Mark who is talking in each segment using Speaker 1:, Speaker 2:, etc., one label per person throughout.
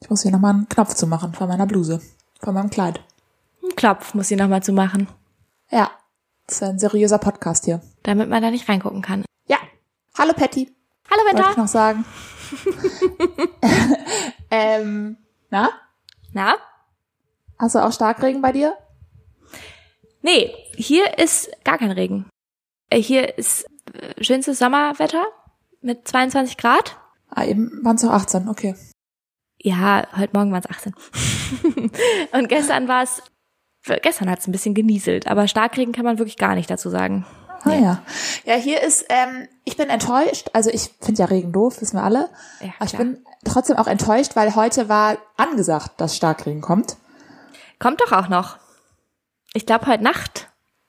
Speaker 1: Ich muss hier nochmal einen Knopf zu machen von meiner Bluse, von meinem Kleid.
Speaker 2: Ein Klopf muss sie nochmal zu machen,
Speaker 1: Ja, das ist ein seriöser Podcast hier.
Speaker 2: damit man da nicht reingucken kann.
Speaker 1: Ja. Hallo Patty,
Speaker 2: Hallo
Speaker 1: wollte ich
Speaker 2: Winter.
Speaker 1: noch sagen. ähm, na?
Speaker 2: Na?
Speaker 1: Hast du auch Starkregen bei dir?
Speaker 2: Nee, hier ist gar kein Regen. Äh, Hier ist äh, schönstes Sommerwetter mit 22 Grad.
Speaker 1: Ah, eben waren es auch 18, okay.
Speaker 2: Ja, heute Morgen waren es 18. Und gestern war es, gestern hat es ein bisschen genieselt, aber Starkregen kann man wirklich gar nicht dazu sagen.
Speaker 1: Ah ja. Ja, hier ist, ähm, ich bin enttäuscht. Also ich finde ja Regen doof, wissen wir alle.
Speaker 2: Ja,
Speaker 1: Aber ich
Speaker 2: klar.
Speaker 1: bin trotzdem auch enttäuscht, weil heute war angesagt, dass Starkregen kommt.
Speaker 2: Kommt doch auch noch. Ich glaube heute Nacht.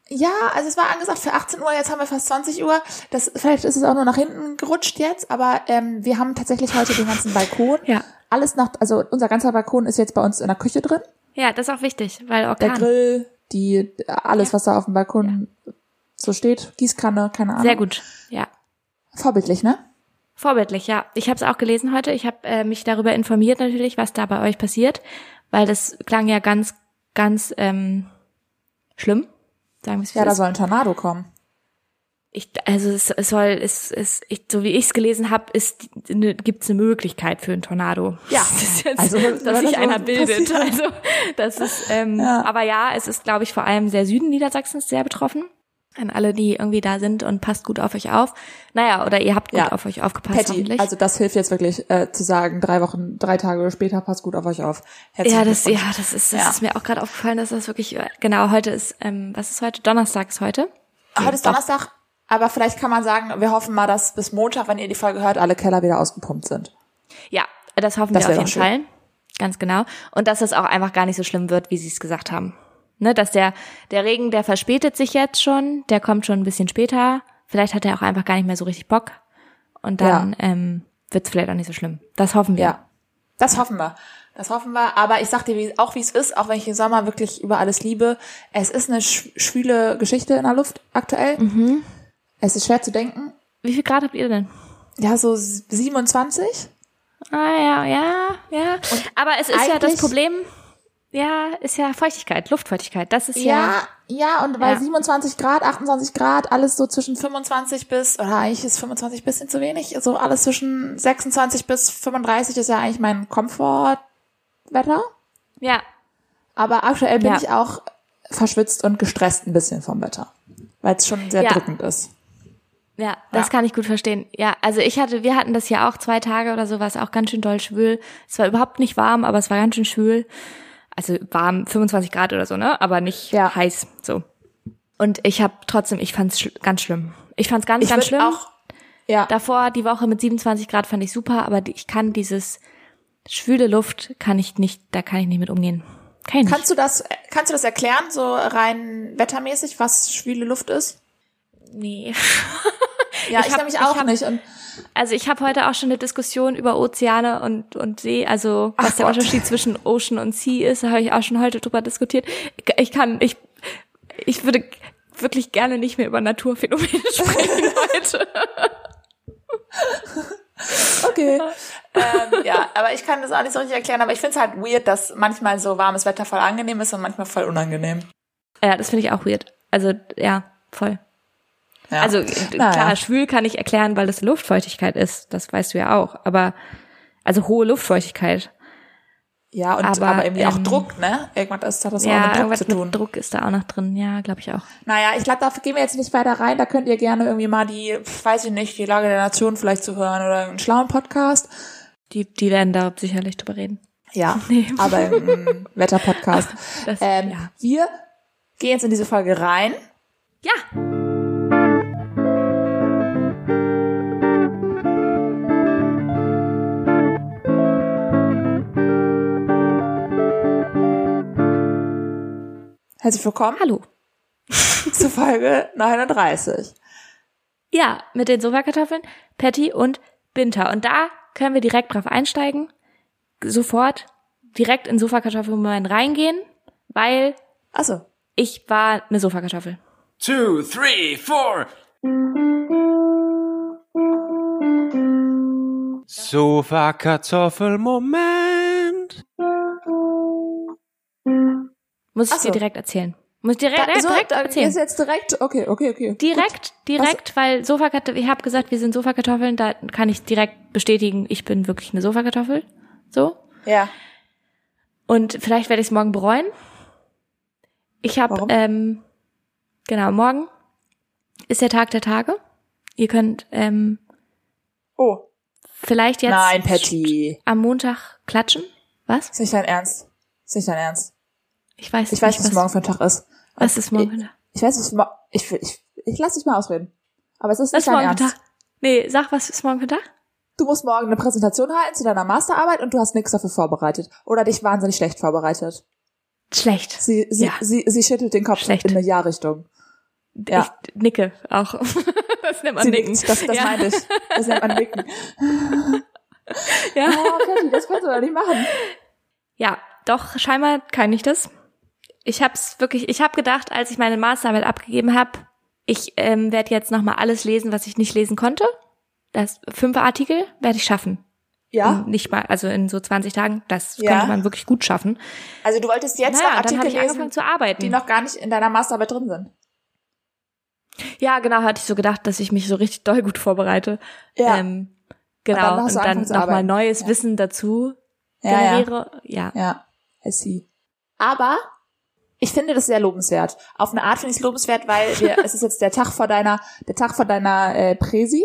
Speaker 1: Ja, also es war angesagt für 18 Uhr, jetzt haben wir fast 20 Uhr. Das, vielleicht ist es auch nur nach hinten gerutscht jetzt, aber ähm, wir haben tatsächlich heute den ganzen Balkon.
Speaker 2: Ja.
Speaker 1: Alles nach, also unser ganzer Balkon ist jetzt bei uns in der Küche drin.
Speaker 2: Ja, das ist auch wichtig, weil
Speaker 1: Der
Speaker 2: Orkan.
Speaker 1: Grill, die, alles, was da auf dem Balkon so steht, Gießkanne, keine Ahnung.
Speaker 2: Sehr gut. Ja.
Speaker 1: Vorbildlich, ne?
Speaker 2: Vorbildlich, ja. Ich habe es auch gelesen heute. Ich habe äh, mich darüber informiert natürlich, was da bei euch passiert, weil das klang ja ganz, ganz ähm, schlimm. Sagen wir es wie
Speaker 1: Ja, da
Speaker 2: es ist.
Speaker 1: soll ein Tornado kommen.
Speaker 2: Ich, also es, es soll, es, es, ich, so wie ich es gelesen habe, ist ne, gibt's eine Möglichkeit für einen Tornado.
Speaker 1: Ja.
Speaker 2: das ist jetzt,
Speaker 1: Also, wenn
Speaker 2: dass sich
Speaker 1: das
Speaker 2: einer
Speaker 1: so
Speaker 2: bildet.
Speaker 1: passiert.
Speaker 2: Also das ist, ähm,
Speaker 1: Ja.
Speaker 2: aber ja, es ist, glaube ich, vor allem der Süden Niedersachsens sehr betroffen. An alle, die irgendwie da sind und passt gut auf euch auf. Naja, oder ihr habt gut
Speaker 1: Ja.
Speaker 2: auf euch aufgepasst
Speaker 1: Patty,
Speaker 2: hoffentlich.
Speaker 1: also das hilft jetzt wirklich äh, zu sagen, drei Wochen, drei Tage später, passt gut auf euch auf. Herzlichen
Speaker 2: ja, das, ja,
Speaker 1: Glückwunsch.
Speaker 2: das ist, das
Speaker 1: Ja.
Speaker 2: ist mir auch gerade aufgefallen, dass das wirklich, genau, heute ist, ähm, was ist heute? Donnerstag ist heute.
Speaker 1: Heute ist Donnerstag, aber vielleicht kann man sagen, wir hoffen mal, dass bis Montag, wenn ihr die Folge hört, alle Keller wieder ausgepumpt sind.
Speaker 2: Ja, das hoffen
Speaker 1: Das
Speaker 2: wir auf
Speaker 1: wär
Speaker 2: jeden
Speaker 1: doch
Speaker 2: Fall. Ganz genau. Und dass es auch einfach gar nicht so schlimm wird, wie Sie es gesagt haben. Ne, dass der, der Regen, der verspätet sich jetzt schon, der kommt schon ein bisschen später. Vielleicht hat er auch einfach gar nicht mehr so richtig Bock. Und dann ähm, wird es vielleicht auch nicht so schlimm. Das hoffen wir.
Speaker 1: Ja. Das hoffen wir. Das hoffen wir. Aber ich sag dir wie, auch, wie es ist, auch wenn ich den Sommer wirklich über alles liebe. Es ist eine sch schwüle Geschichte in der Luft aktuell. Es ist schwer zu denken.
Speaker 2: Wie viel Grad habt ihr denn?
Speaker 1: Ja, so 27.
Speaker 2: Ah ja, ja, ja. Aber es ist ja das
Speaker 1: eigentlich-
Speaker 2: Problem, ja, ist ja Feuchtigkeit, Luftfeuchtigkeit. Das ist ja
Speaker 1: Ja, ja, und bei
Speaker 2: Ja.
Speaker 1: 27 Grad, 28 Grad, alles so zwischen 25 bis, oder eigentlich ist 25 bisschen zu wenig, so alles zwischen 26 bis 35 ist ja eigentlich mein Komfortwetter.
Speaker 2: ja,
Speaker 1: Aber aktuell bin
Speaker 2: Ja.
Speaker 1: ich auch verschwitzt und gestresst ein bisschen vom Wetter, weil es schon sehr
Speaker 2: Ja.
Speaker 1: drückend ist.
Speaker 2: Ja, das
Speaker 1: Ja.
Speaker 2: kann ich gut verstehen. Ja, also ich hatte, wir hatten das ja auch zwei Tage oder so, war es auch ganz schön doll schwül. Es war überhaupt nicht warm, aber es war ganz schön schwül. Also warm, 25 Grad oder so, ne? Aber nicht
Speaker 1: Ja.
Speaker 2: heiß, so. Und ich habe trotzdem, ich fand's schl ganz schlimm. Ich fand's ganz, ganz
Speaker 1: würd
Speaker 2: schlimm.
Speaker 1: auch, ja,
Speaker 2: Davor die Woche mit 27 Grad fand ich super, aber die, ich kann dieses schwüle Luft kann ich nicht, da kann ich nicht mit umgehen. Kann ich nicht.
Speaker 1: kannst du das, kannst du das erklären, so rein wettermäßig, was schwüle Luft ist?
Speaker 2: nee.
Speaker 1: Ja,
Speaker 2: Ich
Speaker 1: ich,
Speaker 2: hab-
Speaker 1: nämlich
Speaker 2: ich
Speaker 1: auch
Speaker 2: hab-
Speaker 1: nicht. Und
Speaker 2: Also ich habe heute auch schon eine Diskussion über Ozeane und, und See, also was
Speaker 1: Ach
Speaker 2: der
Speaker 1: Gott.
Speaker 2: Unterschied zwischen Ocean und Sea ist, da habe ich auch schon heute drüber diskutiert. Ich kann, ich, ich würde wirklich gerne nicht mehr über Naturphänomene sprechen heute.
Speaker 1: Okay. ähm, ja, aber ich kann das auch nicht so richtig erklären, aber ich finde es halt weird, dass manchmal so warmes Wetter voll angenehm ist und manchmal voll unangenehm.
Speaker 2: Ja, das finde ich auch weird. Also ja, voll.
Speaker 1: Ja.
Speaker 2: Also
Speaker 1: Naja.
Speaker 2: klar, schwül kann ich erklären, weil das Luftfeuchtigkeit ist, das weißt du ja auch. Aber also hohe Luftfeuchtigkeit.
Speaker 1: ja, und
Speaker 2: aber,
Speaker 1: aber, irgendwie auch
Speaker 2: ähm,
Speaker 1: Druck, ne? Irgendwas ist- hat das auch
Speaker 2: ja,
Speaker 1: mit Druck
Speaker 2: irgendwas
Speaker 1: zu tun.
Speaker 2: mit Druck ist da auch noch drin. Ja, glaube ich auch.
Speaker 1: Naja, ich glaube, da gehen wir jetzt nicht weiter rein. Da könnt ihr gerne irgendwie mal die, pf, weiß ich nicht, die Lage der Nation vielleicht zu hören oder einen schlauen Podcast.
Speaker 2: Die, die werden da sicherlich drüber reden.
Speaker 1: Ja, aber ein Wetterpodcast.
Speaker 2: Das,
Speaker 1: Ähm,
Speaker 2: ja.
Speaker 1: Wir gehen jetzt in diese Folge rein.
Speaker 2: ja,
Speaker 1: Herzlich willkommen
Speaker 2: Hallo.
Speaker 1: zu Folge 39.
Speaker 2: Ja, mit den Sofakartoffeln, Patty und Binter. Und da können wir direkt drauf einsteigen. Sofort direkt in Sofakartoffelmoment reingehen, weil
Speaker 1: Achso,
Speaker 2: ich war eine Sofakartoffel.
Speaker 3: two, three, four. Sofa Kartoffel Moment.
Speaker 2: Muss ich
Speaker 1: Ach
Speaker 2: dir
Speaker 1: so.
Speaker 2: direkt erzählen. Muss ich direkt,
Speaker 1: Da-
Speaker 2: direkt, direkt
Speaker 1: da-
Speaker 2: erzählen.
Speaker 1: Ist jetzt direkt, okay, okay, okay.
Speaker 2: Direkt, direkt, weil Sofakartoffeln, ich habe gesagt, wir sind Sofakartoffeln, da kann ich direkt bestätigen, ich bin wirklich eine Sofakartoffel. So.
Speaker 1: Ja.
Speaker 2: Und vielleicht werde ich es morgen bereuen. Ich habe,
Speaker 1: Warum?
Speaker 2: ähm, genau, morgen ist der Tag der Tage. Ihr könnt ähm,
Speaker 1: Oh.
Speaker 2: vielleicht jetzt
Speaker 1: Nein, Patty.
Speaker 2: am Montag klatschen. Was?
Speaker 1: Ist nicht dein Ernst. Ist nicht dein Ernst.
Speaker 2: Ich weiß
Speaker 1: Ich weiß, was
Speaker 2: nicht,
Speaker 1: morgen
Speaker 2: was,
Speaker 1: für ein Tag ist.
Speaker 2: was ist morgen. für ein Tag?
Speaker 1: Ich weiß, was mo- ich, ich, ich lass dich mal ausreden. Aber es ist
Speaker 2: Was ist
Speaker 1: nicht
Speaker 2: morgen
Speaker 1: dein
Speaker 2: für ein
Speaker 1: Ernst.
Speaker 2: Tag? Nee, sag, was ist morgen für ein Tag?
Speaker 1: Du musst morgen eine Präsentation halten zu deiner Masterarbeit und du hast nichts dafür vorbereitet. Oder dich wahnsinnig schlecht vorbereitet.
Speaker 2: Schlecht.
Speaker 1: Sie, sie,
Speaker 2: Ja.
Speaker 1: sie, sie schüttelt den Kopf
Speaker 2: Schlecht.
Speaker 1: in eine Ja-Richtung. Ja.
Speaker 2: Ich nicke auch. das nennt man
Speaker 1: Sie
Speaker 2: nicken.
Speaker 1: nickt. Das, das
Speaker 2: ja.
Speaker 1: meinte ich. Das nennt man Nicken.
Speaker 2: Ja.
Speaker 1: Oh, Patty, das kannst du doch nicht machen.
Speaker 2: Ja, doch, scheinbar kann ich das. Ich hab's wirklich, ich hab gedacht, als ich meine Maßarbeit abgegeben hab, ich ähm, werde jetzt nochmal alles lesen, was ich nicht lesen konnte. Das fünf Artikel werde ich schaffen.
Speaker 1: Ja?
Speaker 2: In Nicht mal, also in so 20 Tagen, das
Speaker 1: Ja.
Speaker 2: könnte man wirklich gut schaffen.
Speaker 1: Also du wolltest jetzt noch
Speaker 2: naja, dann
Speaker 1: Artikel
Speaker 2: habe ich
Speaker 1: lesen,
Speaker 2: angefangen zu arbeiten.
Speaker 1: die noch gar nicht in deiner Masterarbeit drin sind.
Speaker 2: ja, genau, hatte ich so gedacht, dass ich mich so richtig doll gut vorbereite.
Speaker 1: Ja.
Speaker 2: Ähm,
Speaker 1: Und dann
Speaker 2: genau,
Speaker 1: hast
Speaker 2: und
Speaker 1: du
Speaker 2: dann
Speaker 1: angefangen zu
Speaker 2: nochmal
Speaker 1: arbeiten.
Speaker 2: neues
Speaker 1: Ja.
Speaker 2: Wissen dazu
Speaker 1: ja, ja.
Speaker 2: generiere. Ja.
Speaker 1: Ja, I see. Aber ich finde das sehr lobenswert. Auf eine Art finde ich es lobenswert, weil wir, es ist jetzt der Tag vor deiner, der Tag vor deiner äh, Präsi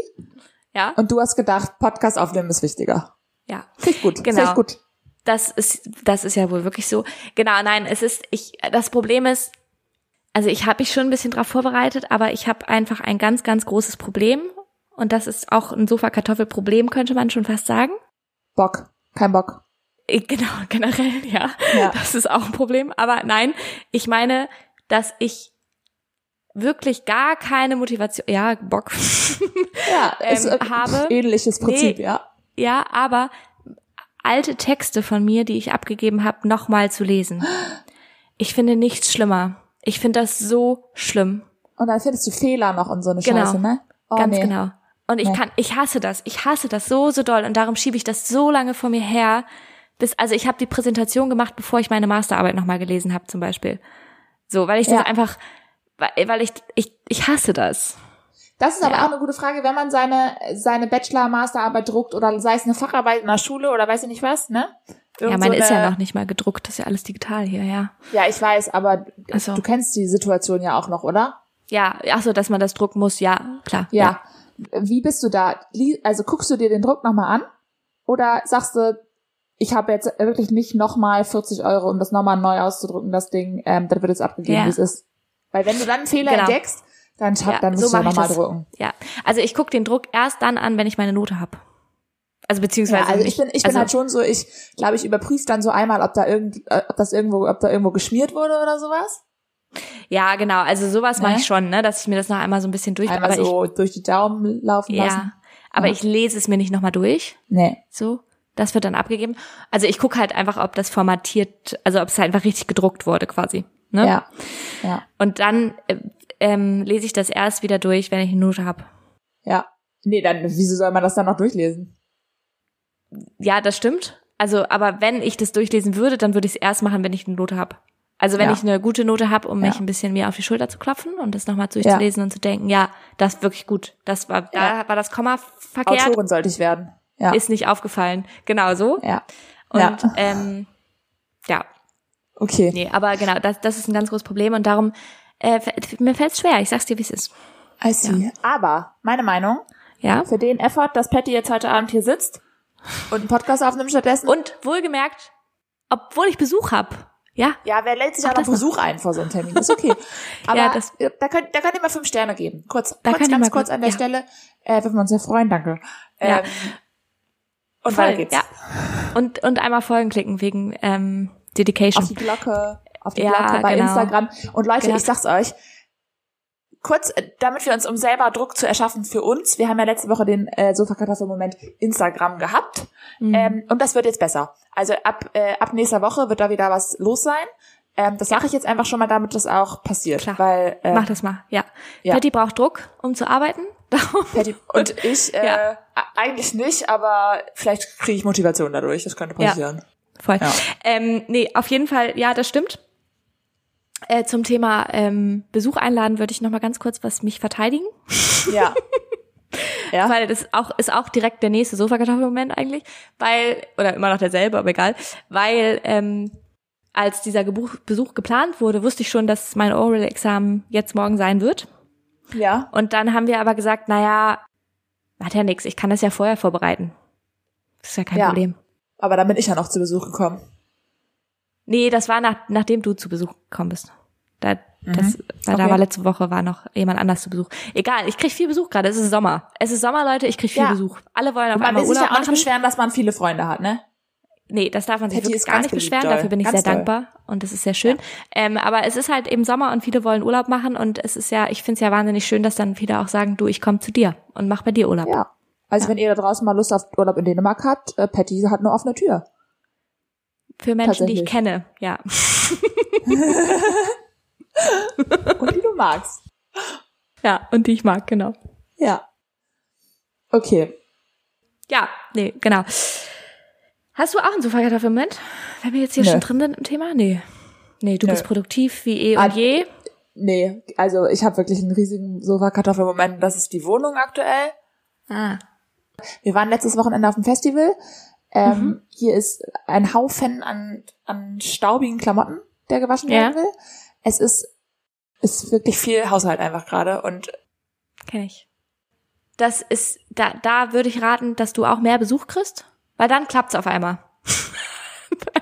Speaker 2: ja,
Speaker 1: und du hast gedacht, Podcast aufnehmen ist wichtiger.
Speaker 2: ja.
Speaker 1: Finde ich gut.
Speaker 2: Genau.
Speaker 1: Finde ich gut.
Speaker 2: Das ist, das ist ja wohl wirklich so. Genau, nein, es ist, ich, das Problem ist, also ich habe mich schon ein bisschen drauf vorbereitet, aber ich habe einfach ein ganz, ganz großes Problem. Und das ist auch ein Sofa-Kartoffel-Problem, könnte man schon fast sagen.
Speaker 1: Bock. Kein Bock.
Speaker 2: Äh, Genau, generell, ja.
Speaker 1: Ja.
Speaker 2: Das ist auch ein Problem. Aber nein, ich meine, dass ich wirklich gar keine Motivation, ja, Bock.
Speaker 1: Ja,
Speaker 2: Ähm,
Speaker 1: ist, äh,
Speaker 2: habe-
Speaker 1: ähnliches Prinzip, ja.
Speaker 2: ja, aber alte Texte von mir, die ich abgegeben habe, nochmal zu lesen. Ich finde nichts schlimmer. Ich finde das so schlimm.
Speaker 1: Und dann findest du Fehler noch und so eine
Speaker 2: Genau.
Speaker 1: Scheiße, ne? Oh,
Speaker 2: Ganz
Speaker 1: nee.
Speaker 2: genau. Und ich
Speaker 1: Nee.
Speaker 2: kann, ich hasse das. Ich hasse das so, so doll. Und darum schiebe ich das so lange vor mir her, bis, also ich habe die Präsentation gemacht, bevor ich meine Masterarbeit nochmal gelesen habe, zum Beispiel. So, weil ich
Speaker 1: Ja.
Speaker 2: das einfach, weil, weil ich, ich, ich hasse das.
Speaker 1: Das ist aber
Speaker 2: Ja.
Speaker 1: auch eine gute Frage, wenn man seine, seine Bachelor, Masterarbeit druckt oder sei es eine Facharbeit in der Schule oder weiß ich nicht was, ne?
Speaker 2: ja,
Speaker 1: Irgend
Speaker 2: meine
Speaker 1: so
Speaker 2: ist ja
Speaker 1: eine-
Speaker 2: noch nicht mal gedruckt. Das ist ja alles digital hier, ja.
Speaker 1: Ja, ich weiß, aber
Speaker 2: Ach so.
Speaker 1: du kennst die Situation ja auch noch, oder?
Speaker 2: Ja, ach so, dass man das drucken muss, ja, klar.
Speaker 1: Ja. Äh, Wie bist du da? Li- Also guckst du dir den Druck nochmal an? Oder sagst du, ich habe jetzt wirklich nicht nochmal 40 Euro, um das nochmal neu auszudrucken, das Ding, ähm, dann wird jetzt abgegeben,
Speaker 2: Ja.
Speaker 1: wie es ist. Weil wenn du dann einen Fehler
Speaker 2: Genau.
Speaker 1: entdeckst, dann, schaff,
Speaker 2: Ja,
Speaker 1: dann
Speaker 2: so
Speaker 1: musst
Speaker 2: mach
Speaker 1: du
Speaker 2: ich
Speaker 1: nochmal
Speaker 2: das.
Speaker 1: drucken.
Speaker 2: Ja, also ich guck den Druck erst dann an, wenn ich meine Note hab. Also beziehungsweise
Speaker 1: ja, also ich
Speaker 2: nicht.
Speaker 1: bin, ich bin
Speaker 2: also,
Speaker 1: halt schon so, ich glaube, ich überprüfe dann so einmal, ob da irgend, äh, ob das irgendwo, ob da irgendwo geschmiert wurde oder sowas.
Speaker 2: ja, genau. Also sowas mache
Speaker 1: Ne?
Speaker 2: ich schon, ne, dass ich mir das noch einmal so ein bisschen durch.
Speaker 1: Einmal
Speaker 2: aber
Speaker 1: so durch die Daumen laufen
Speaker 2: ich, ja,
Speaker 1: lassen.
Speaker 2: aber
Speaker 1: Ja.
Speaker 2: ich lese es mir nicht nochmal durch.
Speaker 1: Nee.
Speaker 2: So, das wird dann abgegeben. Also ich guck halt einfach, ob das formatiert, also ob es halt einfach richtig gedruckt wurde quasi. Ne?
Speaker 1: Ja. Ja.
Speaker 2: Und dann äh, ähm, lese ich das erst wieder durch, wenn ich eine Note hab.
Speaker 1: Ja. Nee, dann, wieso soll man das dann noch durchlesen?
Speaker 2: Ja, das stimmt. Also, aber wenn ich das durchlesen würde, dann würde ich es erst machen, wenn ich eine Note hab. Also wenn
Speaker 1: Ja.
Speaker 2: ich eine gute Note hab, um
Speaker 1: Ja.
Speaker 2: mich ein bisschen mir auf die Schulter zu klopfen und das nochmal durchzulesen und zu denken, ja, das ist wirklich gut. Das war, da war das Komma verkehrt,
Speaker 1: Autorin sollte ich werden. Ja.
Speaker 2: ist nicht aufgefallen. Genau so.
Speaker 1: ja.
Speaker 2: Und
Speaker 1: Ja.
Speaker 2: ähm, ja,
Speaker 1: Okay.
Speaker 2: nee, aber genau, das, das ist ein ganz großes Problem und darum, äh, f- mir fällt schwer, ich sag's dir, wie es ist.
Speaker 1: I see. Aber meine Meinung,
Speaker 2: Ja.
Speaker 1: für den Effort, dass Patty jetzt heute Abend hier sitzt und einen Podcast aufnimmt stattdessen.
Speaker 2: Und wohlgemerkt, obwohl ich Besuch hab, ja,
Speaker 1: ja, wer lädt sich auch
Speaker 2: Ach,
Speaker 1: noch
Speaker 2: das-
Speaker 1: Besuch ein vor so einem Termin? Ist okay. Aber äh,
Speaker 2: Ja, das-
Speaker 1: da, könnt, da könnt ihr mal fünf Sterne geben. Kurz,
Speaker 2: Da
Speaker 1: kurz
Speaker 2: könnt ihr
Speaker 1: ganz
Speaker 2: mal
Speaker 1: kurz
Speaker 2: kurz-
Speaker 1: an der
Speaker 2: ja.
Speaker 1: Stelle. Äh, würden wir uns sehr freuen, danke.
Speaker 2: Ja.
Speaker 1: Ähm, und weiter geht's.
Speaker 2: Ja. Und, und einmal Folgen klicken wegen ähm, Dedication.
Speaker 1: Auf die Glocke, auf die
Speaker 2: Ja,
Speaker 1: Glocke bei
Speaker 2: genau.
Speaker 1: Instagram. Und Leute,
Speaker 2: Genau.
Speaker 1: ich sag's euch, kurz, äh, damit wir uns, um selber Druck zu erschaffen für uns, wir haben ja letzte Woche den äh, Sofakartoffel-Moment Instagram gehabt.
Speaker 2: Mhm.
Speaker 1: Ähm, und das wird jetzt besser. Also ab, äh, ab nächster Woche wird da wieder was los sein. Ähm, das sage ich jetzt einfach schon mal, damit das auch passiert.
Speaker 2: Klar.
Speaker 1: Weil äh,
Speaker 2: Mach das mal, ja.
Speaker 1: ja.
Speaker 2: Patty braucht Druck, um zu arbeiten. Darum-
Speaker 1: Patty und ich äh,
Speaker 2: Ja.
Speaker 1: a- eigentlich nicht, aber vielleicht kriege ich Motivation dadurch. Das könnte
Speaker 2: Ja.
Speaker 1: passieren.
Speaker 2: Voll.
Speaker 1: Ja.
Speaker 2: Ähm, nee, auf jeden Fall, ja, das stimmt. Äh, zum Thema ähm, Besuch einladen würde ich noch mal ganz kurz was mich verteidigen,
Speaker 1: Ja. ja.
Speaker 2: weil das auch ist auch direkt der nächste Sofakartoffelmoment eigentlich, weil oder immer noch derselbe, aber egal, weil ähm, als dieser Gebuch, Besuch geplant wurde, wusste ich schon, dass mein Oral-Examen jetzt morgen sein wird.
Speaker 1: ja.
Speaker 2: Und dann haben wir aber gesagt, naja, hat ja nichts, ich kann das ja vorher vorbereiten. Ist ja kein
Speaker 1: Ja.
Speaker 2: Problem.
Speaker 1: Aber dann bin ich ja noch zu Besuch gekommen.
Speaker 2: Nee, das war nach, nachdem du zu Besuch gekommen bist. Da, das, weil da
Speaker 1: Mhm. Okay.
Speaker 2: war letzte Woche war noch jemand anders zu Besuch. Egal, ich krieg viel Besuch gerade. Es ist Sommer. Es ist Sommer, Leute. Ich krieg viel
Speaker 1: Ja.
Speaker 2: Besuch. Alle wollen auf
Speaker 1: Und man
Speaker 2: einmal
Speaker 1: will sich
Speaker 2: Urlaub
Speaker 1: ja auch nicht
Speaker 2: machen.
Speaker 1: beschweren, dass man viele Freunde hat, ne?
Speaker 2: Nee, das darf man sich
Speaker 1: Patty
Speaker 2: wirklich
Speaker 1: ist
Speaker 2: gar
Speaker 1: ganz
Speaker 2: nicht
Speaker 1: beliebt,
Speaker 2: beschweren.
Speaker 1: doll.
Speaker 2: Dafür bin ich
Speaker 1: Ganz
Speaker 2: sehr
Speaker 1: doll.
Speaker 2: dankbar und das ist sehr schön. Ähm, aber es ist halt eben Sommer und viele wollen Urlaub machen und es ist ja, ich finde es ja wahnsinnig schön, dass dann viele auch sagen, du, ich komme zu dir und mach bei dir Urlaub.
Speaker 1: Ja. Also wenn ihr da draußen mal Lust auf Urlaub in Dänemark habt, äh, Patty hat eine offene Tür.
Speaker 2: Für Menschen, die ich
Speaker 1: Tatsächlich.
Speaker 2: kenne, ja.
Speaker 1: Und die du magst.
Speaker 2: Ja, und die ich mag, genau.
Speaker 1: Ja. Okay.
Speaker 2: Ja, nee, genau. Hast du auch einen Sofakartoffelmoment? Wenn wir jetzt hier
Speaker 1: Nö.
Speaker 2: schon drin sind im Thema? Nee. Nee, du
Speaker 1: Nö.
Speaker 2: bist produktiv wie eh
Speaker 1: Ah,
Speaker 2: und je.
Speaker 1: Nee, also ich habe wirklich einen riesigen Sofa-Kartoffel-Moment. Das ist die Wohnung aktuell.
Speaker 2: Ah.
Speaker 1: Wir waren letztes Wochenende auf dem Festival. Ähm, Hier ist ein Haufen an, an staubigen Klamotten, der gewaschen
Speaker 2: Ja.
Speaker 1: werden will. Es ist, ist wirklich viel Haushalt einfach gerade. Und
Speaker 2: Kenn ich. Das ist, da, da würde ich raten, dass du auch mehr Besuch kriegst, weil dann klappt's auf einmal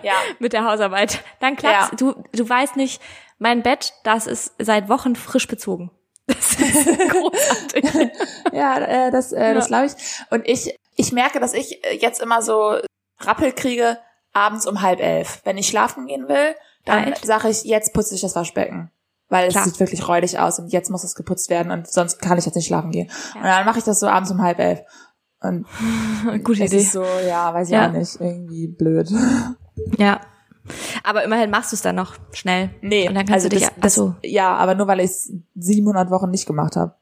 Speaker 1: ja,
Speaker 2: mit der Hausarbeit. Dann klappt's.
Speaker 1: Ja.
Speaker 2: Du, du weißt nicht, mein Bett, das ist seit Wochen frisch bezogen. Das ist großartig.
Speaker 1: ja, äh, das, äh,
Speaker 2: Ja.
Speaker 1: das glaube ich. Und ich, ich merke, dass ich äh, jetzt immer so Rappel kriege abends um halb elf. Wenn ich schlafen gehen will, dann
Speaker 2: Echt?
Speaker 1: sage ich, jetzt putze ich das Waschbecken. Weil es
Speaker 2: Klar.
Speaker 1: sieht wirklich räudig aus und jetzt muss es geputzt werden und sonst kann ich jetzt nicht schlafen gehen.
Speaker 2: Ja.
Speaker 1: Und dann mache ich das so abends um halb elf. Und
Speaker 2: Gute
Speaker 1: es
Speaker 2: Idee.
Speaker 1: ist so, ja, weiß ich
Speaker 2: Ja.
Speaker 1: auch nicht, irgendwie blöd.
Speaker 2: Ja. Aber immerhin machst du es dann noch schnell. Und dann kannst du dich,
Speaker 1: also das,
Speaker 2: achso.
Speaker 1: ja, aber nur weil ich 700 Wochen nicht gemacht habe.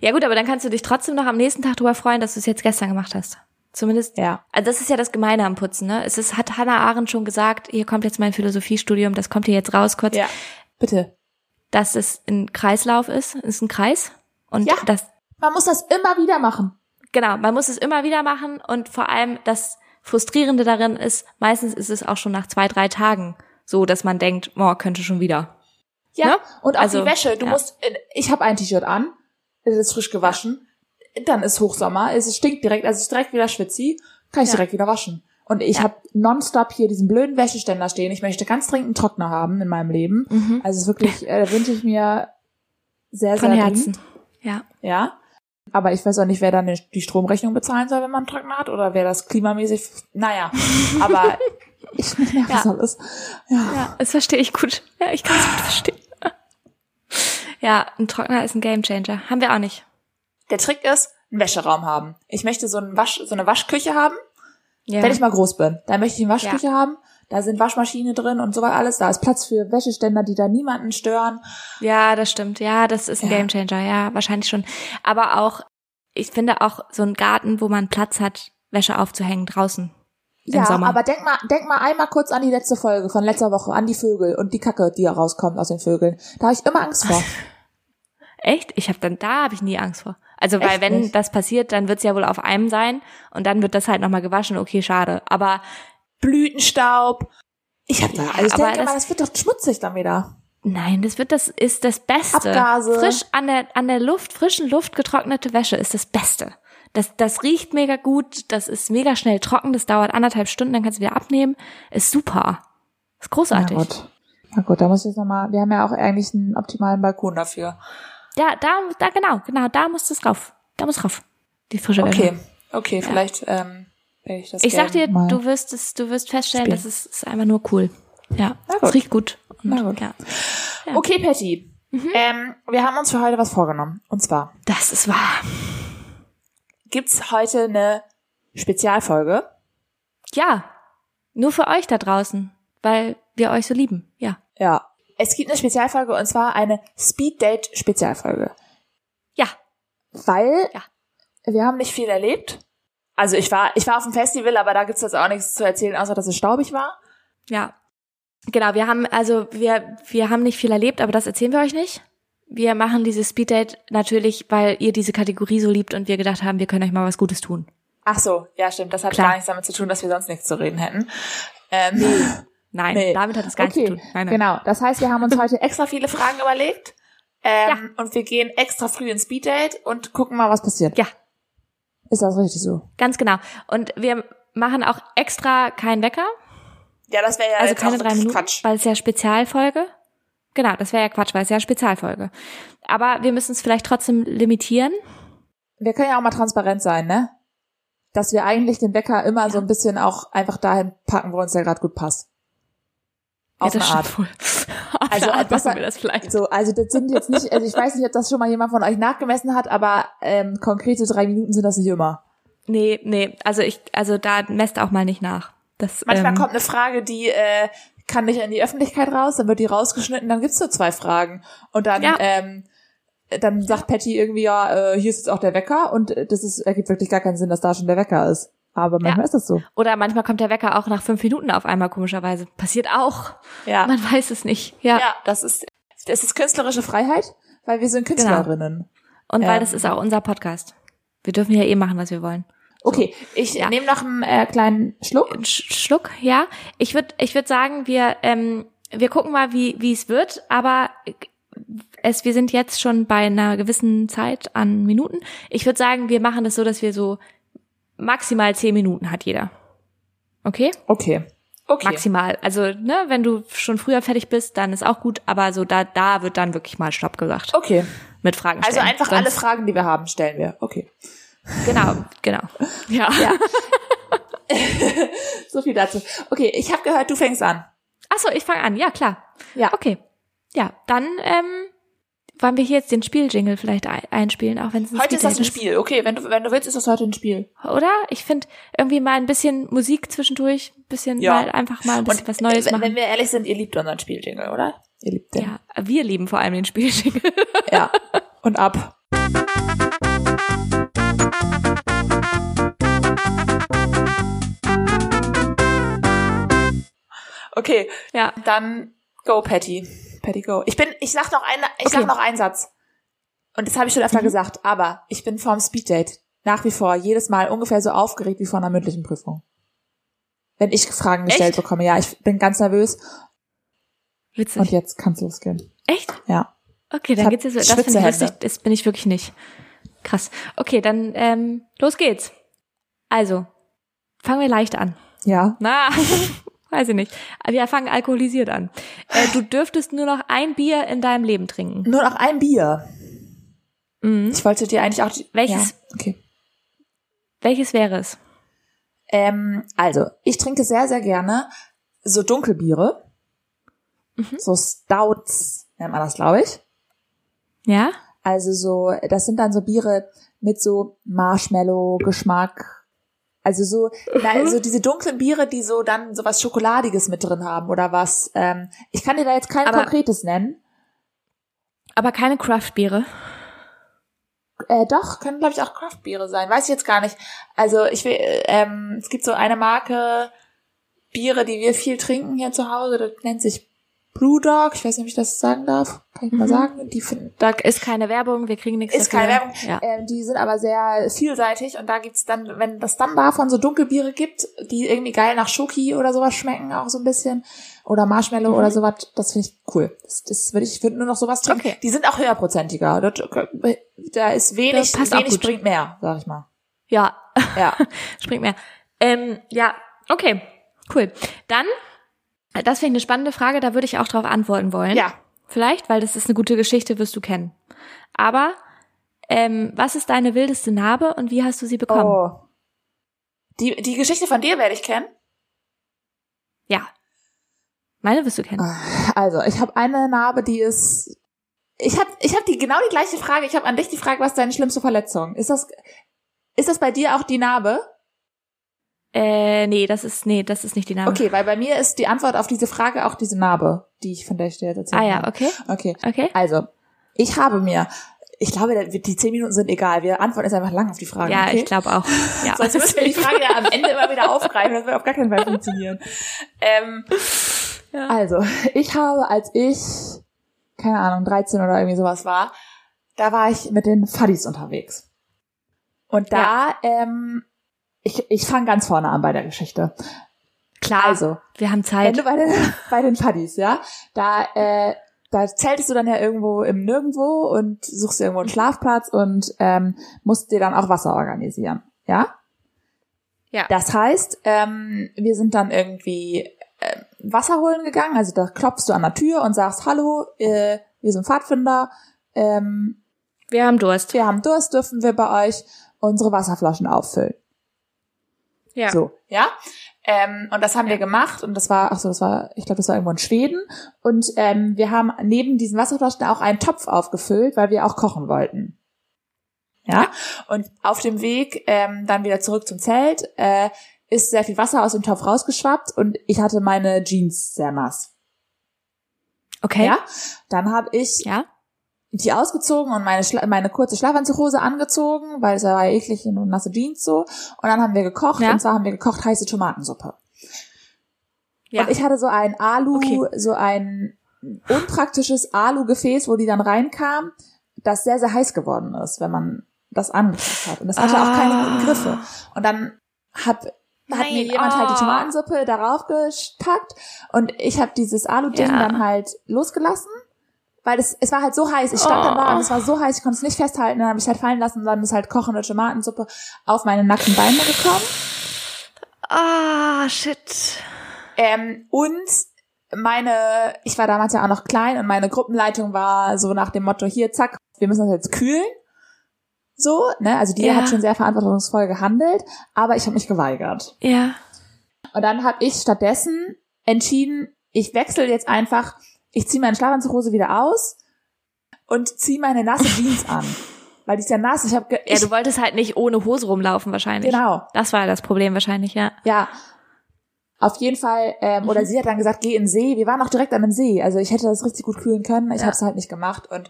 Speaker 2: Ja gut, aber dann kannst du dich trotzdem noch am nächsten Tag darüber freuen, dass du es jetzt gestern gemacht hast. Zumindest.
Speaker 1: Ja.
Speaker 2: Also das ist ja das Gemeine am Putzen, ne? Es ist, hat Hannah Arendt schon gesagt, hier kommt jetzt mein Philosophiestudium, das kommt hier jetzt raus kurz,
Speaker 1: Ja. Bitte.
Speaker 2: dass es ein Kreislauf ist, es ist ein Kreis. Und
Speaker 1: Ja.
Speaker 2: das,
Speaker 1: Man muss das immer wieder machen.
Speaker 2: genau, man muss es immer wieder machen und vor allem das Frustrierende darin ist, meistens ist es auch schon nach zwei, drei Tagen so, dass man denkt, boah, könnte schon wieder.
Speaker 1: Ja.
Speaker 2: Ne?
Speaker 1: Und auch
Speaker 2: Also,
Speaker 1: die Wäsche. Du
Speaker 2: ja.
Speaker 1: musst, äh, ich habe ein T-Shirt an, es ist frisch gewaschen, dann ist Hochsommer, es stinkt direkt, also es ist direkt wieder schwitzi, kann ich
Speaker 2: Ja.
Speaker 1: direkt wieder waschen. Und ich habe nonstop hier diesen blöden Wäscheständer stehen. Ich möchte ganz dringend einen Trockner haben in meinem Leben.
Speaker 2: Mhm.
Speaker 1: Also es ist wirklich, äh, wünsche ich mir sehr,
Speaker 2: Von
Speaker 1: sehr
Speaker 2: Herzen. Also Ja.
Speaker 1: Ja. Aber ich weiß auch nicht, wer dann den- die Stromrechnung bezahlen soll, wenn man einen Trockner hat, oder wer das klimamäßig, naja, aber ich bin nervös
Speaker 2: Ja.
Speaker 1: alles. Ja.
Speaker 2: Ja, das verstehe ich gut. Ja, ich kann es gut verstehen. Ja, ein Trockner ist ein Gamechanger. Haben wir auch nicht.
Speaker 1: Der Trick ist, einen Wäscheraum haben. Ich möchte so, einen Wasch, so eine Waschküche haben,
Speaker 2: Ja.
Speaker 1: wenn ich mal groß bin. Dann möchte ich eine Waschküche haben, da sind Waschmaschine drin und sowas alles. Da ist Platz für Wäscheständer, die da niemanden stören.
Speaker 2: ja, das stimmt. Ja, das ist ein
Speaker 1: Ja.
Speaker 2: Gamechanger. Ja, wahrscheinlich schon. Aber auch, ich finde auch so einen Garten, wo man Platz hat, Wäsche aufzuhängen draußen.
Speaker 1: Ja,
Speaker 2: Im Sommer.
Speaker 1: aber denk mal, denk mal einmal kurz an die letzte Folge von letzter Woche, an die Vögel und die Kacke, die rauskommt aus den Vögeln. Da habe ich immer Angst vor.
Speaker 2: Echt? Ich habe dann, da habe ich nie Angst vor. Also, weil
Speaker 1: Echt
Speaker 2: wenn
Speaker 1: nicht?
Speaker 2: das passiert, dann wird's ja wohl auf einem sein und dann wird das halt nochmal gewaschen. Okay, schade. Aber
Speaker 1: Blütenstaub. Ich hab da, also ich
Speaker 2: aber
Speaker 1: denke mal,
Speaker 2: das-
Speaker 1: das wird doch schmutzig dann wieder.
Speaker 2: Nein, das wird das ist das Beste.
Speaker 1: Abgase.
Speaker 2: Frisch an der an der Luft, frischen Luft getrocknete Wäsche ist das Beste. Das das riecht mega gut, das ist mega schnell trocken, das dauert anderthalb Stunden, dann kannst du wieder abnehmen. Ist super. Ist großartig.
Speaker 1: Na gut. Na gut, da muss ich jetzt nochmal, wir haben ja auch eigentlich einen optimalen Balkon dafür.
Speaker 2: Ja, da da genau, genau, da muss das rauf. Da muss rauf. Die frische Wäsche.
Speaker 1: Okay, okay, vielleicht ähm, werde ich das
Speaker 2: Ich sag
Speaker 1: gerne
Speaker 2: dir,
Speaker 1: mal.
Speaker 2: du wirst es du wirst feststellen,
Speaker 1: Spielen.
Speaker 2: das ist, ist einfach nur cool. Ja,
Speaker 1: gut.
Speaker 2: es riecht gut. Und,
Speaker 1: Na gut.
Speaker 2: Ja. Mhm.
Speaker 1: Okay, Patty, ähm, wir haben uns für heute was vorgenommen. Und zwar
Speaker 2: Das ist wahr.
Speaker 1: gibt's heute eine Spezialfolge.
Speaker 2: Ja. Nur für euch da draußen, weil wir euch so lieben. Ja.
Speaker 1: Ja. Es gibt eine Spezialfolge und zwar eine Speed Date Spezialfolge.
Speaker 2: Ja.
Speaker 1: Weil
Speaker 2: Ja.
Speaker 1: wir haben nicht viel erlebt. Also ich war, ich war auf dem Festival, aber da gibt's jetzt auch nichts zu erzählen, außer dass es staubig war.
Speaker 2: Ja. Genau, wir haben, also wir, wir haben nicht viel erlebt, aber das erzählen wir euch nicht. Wir machen dieses Speeddate natürlich, weil ihr diese Kategorie so liebt und wir gedacht haben, wir können euch mal was Gutes tun.
Speaker 1: Ach so, ja stimmt. Das hat
Speaker 2: Klar.
Speaker 1: gar nichts damit zu tun, dass wir sonst nichts zu reden hätten. Ähm,
Speaker 2: Nein,
Speaker 1: Nee.
Speaker 2: damit hat es gar nichts zu tun. Nein, nein.
Speaker 1: Genau, das heißt, wir haben uns heute extra viele Fragen überlegt. Ähm, Und wir gehen extra früh ins Speeddate und gucken mal, was passiert.
Speaker 2: Ja,
Speaker 1: Ist das richtig so?
Speaker 2: ganz genau. Und wir machen auch extra keinen Wecker,
Speaker 1: Ja, das wäre ja
Speaker 2: also
Speaker 1: jetzt
Speaker 2: keine
Speaker 1: auch
Speaker 2: drei Minuten,
Speaker 1: Quatsch.
Speaker 2: weil es ja Spezialfolge. Genau, das wäre ja Quatsch, weil es ja Spezialfolge. Aber wir müssen es vielleicht trotzdem limitieren.
Speaker 1: Wir können ja auch mal transparent sein, ne? Dass wir eigentlich den Bäcker immer so ein bisschen auch einfach dahin packen, wo uns der gerade gut passt. Auf
Speaker 2: ja,
Speaker 1: eine
Speaker 2: das
Speaker 1: Art.
Speaker 2: stimmt wohl. Auf
Speaker 1: Also,
Speaker 2: eine Art
Speaker 1: was-
Speaker 2: machen wir das vielleicht.
Speaker 1: So, also das sind jetzt nicht, also ich weiß nicht, ob das schon mal jemand von euch nachgemessen hat, aber ähm, konkrete drei Minuten sind das nicht immer.
Speaker 2: Nee, nee, also ich, also da messt auch mal nicht nach. Das,
Speaker 1: Manchmal
Speaker 2: ähm,
Speaker 1: kommt eine Frage, die äh, kann nicht in die Öffentlichkeit raus, dann wird die rausgeschnitten, dann gibt's nur zwei Fragen. Und dann,
Speaker 2: Ja.
Speaker 1: ähm, dann sagt Patty irgendwie, ja, äh, hier ist jetzt auch der Wecker und äh, das ist, ergibt wirklich gar keinen Sinn, dass da schon der Wecker ist. Aber manchmal
Speaker 2: Ja.
Speaker 1: ist das so.
Speaker 2: Oder manchmal kommt der Wecker auch nach fünf Minuten auf einmal, komischerweise. Passiert auch.
Speaker 1: Ja.
Speaker 2: Man weiß es nicht. Ja.
Speaker 1: Ja, das ist, das ist künstlerische Freiheit, weil wir sind
Speaker 2: Genau.
Speaker 1: Künstlerinnen.
Speaker 2: Und weil
Speaker 1: Ähm.
Speaker 2: das ist auch unser Podcast. Wir dürfen ja eh machen, was wir wollen.
Speaker 1: Okay, ich
Speaker 2: Ja.
Speaker 1: nehme noch einen äh, kleinen Schluck.
Speaker 2: Sch Schluck, ja. Ich würde ich würd sagen, wir, ähm, wir gucken mal, wie wie es wird, aber es, wir sind jetzt schon bei einer gewissen Zeit an Minuten. Ich würde sagen, wir machen das so, dass wir so maximal zehn Minuten hat jeder. Okay?
Speaker 1: Okay. Okay.
Speaker 2: Maximal. Also, ne, wenn du schon früher fertig bist, dann ist auch gut, aber so da, da wird dann wirklich mal Stopp gesagt.
Speaker 1: Okay.
Speaker 2: Mit Fragen
Speaker 1: Oh, Also
Speaker 2: stellen.
Speaker 1: einfach alle Fragen, die wir haben, stellen wir. Okay.
Speaker 2: Genau, genau. Ja.
Speaker 1: Ja. so viel dazu. Okay, ich habe gehört, du fängst an.
Speaker 2: Achso, ich fange an. Ja, klar.
Speaker 1: Ja.
Speaker 2: Okay. Ja, dann ähm, wollen wir hier jetzt den Spieljingle vielleicht ei- einspielen, auch wenn es ein
Speaker 1: Heute ist das ein
Speaker 2: Speeddate
Speaker 1: Spiel. Okay, wenn du, wenn du willst, ist das heute ein Spiel.
Speaker 2: Oder? Ich finde irgendwie mal ein bisschen Musik zwischendurch, ein bisschen
Speaker 1: Ja.
Speaker 2: mal einfach mal ein bisschen was Neues
Speaker 1: wenn, wenn
Speaker 2: machen.
Speaker 1: wir ehrlich sind, ihr liebt unseren Spieljingle, oder? Ihr liebt den.
Speaker 2: ja, wir lieben vor allem den Spieljingle.
Speaker 1: ja. Und ab. Okay,
Speaker 2: ja.
Speaker 1: dann go, Patty. Patty, go. Ich bin, ich sag noch einen, ich
Speaker 2: Okay. Mhm.
Speaker 1: sag noch einen Satz. Und das habe ich schon öfter gesagt, aber ich bin vorm Speeddate nach wie vor jedes Mal ungefähr so aufgeregt wie vor einer mündlichen Prüfung. Wenn ich Fragen gestellt
Speaker 2: Echt?
Speaker 1: bekomme, ja, ich bin ganz nervös.
Speaker 2: Witzig.
Speaker 1: Und jetzt kann's losgehen.
Speaker 2: Echt?
Speaker 1: Ja.
Speaker 2: Okay,
Speaker 1: Ich
Speaker 2: dann
Speaker 1: hab
Speaker 2: geht's jetzt. Das
Speaker 1: schwitze
Speaker 2: finde ich
Speaker 1: Hände.
Speaker 2: lustig. Das bin ich wirklich nicht. Krass. Okay, dann ähm, los geht's. Also, fangen wir leicht an.
Speaker 1: Ja.
Speaker 2: Na, weiß ich nicht. Wir fangen alkoholisiert an. Äh, du dürftest nur noch ein Bier in deinem Leben trinken.
Speaker 1: Nur noch ein Bier.
Speaker 2: Mhm.
Speaker 1: Ich wollte dir eigentlich auch die,
Speaker 2: Welches?
Speaker 1: Ja, okay.
Speaker 2: Welches wäre es?
Speaker 1: Ähm, also, ich trinke sehr, sehr gerne so Dunkelbiere.
Speaker 2: Mhm.
Speaker 1: So Stouts nennt man das, glaube ich.
Speaker 2: Ja?
Speaker 1: Also so, das sind dann so Biere mit so Marshmallow-Geschmack. Also so, na, also diese dunklen Biere, die so dann so was Schokoladiges mit drin haben oder was. Ähm, ich kann dir da jetzt kein
Speaker 2: Aber-
Speaker 1: konkretes nennen.
Speaker 2: Aber keine Craft-Biere.
Speaker 1: Äh, doch, können glaube ich auch Craft-Biere sein. Weiß ich jetzt gar nicht. Also ich will, äh, ähm, es gibt so eine Marke Biere, die wir viel trinken hier zu Hause. Das nennt sich Blue Dog. Ich weiß nicht, ob ich das sagen darf. Kann ich mal
Speaker 2: Mhm.
Speaker 1: sagen? Die finden, da
Speaker 2: Ist keine Werbung, wir kriegen nichts
Speaker 1: Ist
Speaker 2: dafür.
Speaker 1: keine Werbung.
Speaker 2: Ja.
Speaker 1: Ähm, die sind aber sehr vielseitig und da gibt's dann, wenn das dann davon so Dunkelbiere gibt, die irgendwie geil nach Schoki oder sowas schmecken, auch so ein bisschen. Oder Marshmallow
Speaker 2: Mhm.
Speaker 1: oder sowas, das finde ich cool. Das, das würde ich, ich würde nur noch sowas trinken.
Speaker 2: Okay.
Speaker 1: Die sind auch höherprozentiger. Dort, äh, da ist wenig,
Speaker 2: Das passt auch
Speaker 1: wenig
Speaker 2: gut.
Speaker 1: bringt mehr, sag ich mal.
Speaker 2: ja,
Speaker 1: Ja.
Speaker 2: springt mehr. Ähm, ja, okay, cool. Dann, äh, das finde ich eine spannende Frage, da würde ich auch drauf antworten wollen.
Speaker 1: ja.
Speaker 2: Vielleicht, weil das ist eine gute Geschichte, wirst du kennen. Aber, ähm, was ist deine wildeste Narbe und wie hast du sie bekommen?
Speaker 1: Oh. Die, die Geschichte von dir werde ich kennen.
Speaker 2: Ja. Meine wirst du kennen.
Speaker 1: Also, ich habe eine Narbe, die ist. Ich habe ich hab die genau die gleiche Frage. Ich habe an dich die Frage, was ist deine schlimmste Verletzung? Ist das ist das bei dir auch die Narbe?
Speaker 2: Äh, nee, das ist, nee, das ist nicht die Narbe.
Speaker 1: Okay, weil bei mir ist die Antwort auf diese Frage auch diese Narbe, die ich von der ich dir jetzt erzählt
Speaker 2: Ah ja,
Speaker 1: habe.
Speaker 2: okay.
Speaker 1: Okay.
Speaker 2: Okay.
Speaker 1: Also, ich habe mir ich glaube, die zehn Minuten sind egal. Wir antworten jetzt einfach lang auf die Frage.
Speaker 2: Ja,
Speaker 1: okay?
Speaker 2: ich glaube auch. Ja.
Speaker 1: Sonst müssen wir die Frage ja am Ende immer wieder aufgreifen. Das wird auf gar keinen Fall funktionieren. Ähm, Also, ich habe, als ich, keine Ahnung, 13 oder irgendwie sowas war, da war ich mit den Fuddies unterwegs. Und da, ähm, ich, ich fange ganz vorne an bei der Geschichte.
Speaker 2: Klar,
Speaker 1: Also,
Speaker 2: wir haben
Speaker 1: wenn
Speaker 2: Zeit.
Speaker 1: du bei den, bei den Fuddies, ja, da, äh, da zeltest du dann ja irgendwo im Nirgendwo und suchst dir irgendwo einen Schlafplatz und ähm, musst dir dann auch Wasser organisieren, ja?
Speaker 2: Ja.
Speaker 1: Das heißt, ähm, wir sind dann irgendwie äh, Wasser holen gegangen. Also da klopfst du an der Tür und sagst, hallo, äh, wir sind Pfadfinder, ähm,
Speaker 2: Wir haben Durst.
Speaker 1: wir haben Durst, dürfen wir bei euch unsere Wasserflaschen auffüllen.
Speaker 2: Ja.
Speaker 1: So, ja. Ähm, und das haben wir gemacht und das war, ach so, das war, ich glaube, das war irgendwo in Schweden. Und ähm, wir haben neben diesen Wasserflaschen auch einen Topf aufgefüllt, weil wir auch kochen wollten. Ja. Und auf dem Weg ähm, dann wieder zurück zum Zelt äh, ist sehr viel Wasser aus dem Topf rausgeschwappt und ich hatte meine Jeans sehr nass.
Speaker 2: Okay.
Speaker 1: Ja. Dann habe ich
Speaker 2: Ja.
Speaker 1: die ausgezogen und meine, Schla meine kurze Schlafanzughose angezogen, weil es ja war ja eklig und nasse Jeans so. Und dann haben wir gekocht
Speaker 2: Ja.
Speaker 1: und zwar haben wir gekocht heiße Tomatensuppe.
Speaker 2: Ja.
Speaker 1: Und ich hatte so ein Alu,
Speaker 2: Okay.
Speaker 1: so ein unpraktisches Alu-Gefäß, wo die dann reinkam, das sehr, sehr heiß geworden ist, wenn man das angefasst hat. Und das hatte auch keine guten
Speaker 2: Ah.
Speaker 1: Griffe. Und dann hab, hat
Speaker 2: Nein,
Speaker 1: mir jemand halt die
Speaker 2: ah.
Speaker 1: Tomatensuppe darauf gepackt und ich habe dieses Alu-Ding
Speaker 2: Ja.
Speaker 1: dann halt losgelassen. Weil es, es war halt so heiß, ich stand dann da
Speaker 2: Oh.
Speaker 1: und es war so heiß, ich konnte es nicht festhalten, dann habe ich halt fallen lassen, dann ist halt kochende Tomatensuppe auf meine nackten Beine gekommen.
Speaker 2: Ah, shit.
Speaker 1: Ähm, und meine, ich war damals ja auch noch klein und meine Gruppenleitung war so nach dem Motto, hier, zack, wir müssen das jetzt kühlen. So, ne? Also die
Speaker 2: Ja.
Speaker 1: hat schon sehr verantwortungsvoll gehandelt, aber ich habe mich geweigert.
Speaker 2: Ja.
Speaker 1: Und dann habe ich stattdessen entschieden, ich wechsle jetzt einfach, ich ziehe meine Schlafanzughose wieder aus und ziehe meine nasse Jeans an. Weil die ist ja nass. Ich habe
Speaker 2: Ja, du wolltest halt nicht ohne Hose rumlaufen wahrscheinlich.
Speaker 1: genau.
Speaker 2: Das war das Problem wahrscheinlich, ja.
Speaker 1: Ja. Auf jeden Fall, ähm, oder sie hat dann gesagt, geh in den See. Wir waren auch direkt an einem See. Also ich hätte das richtig gut kühlen können. Ich
Speaker 2: Ja.
Speaker 1: habe es halt nicht gemacht. Und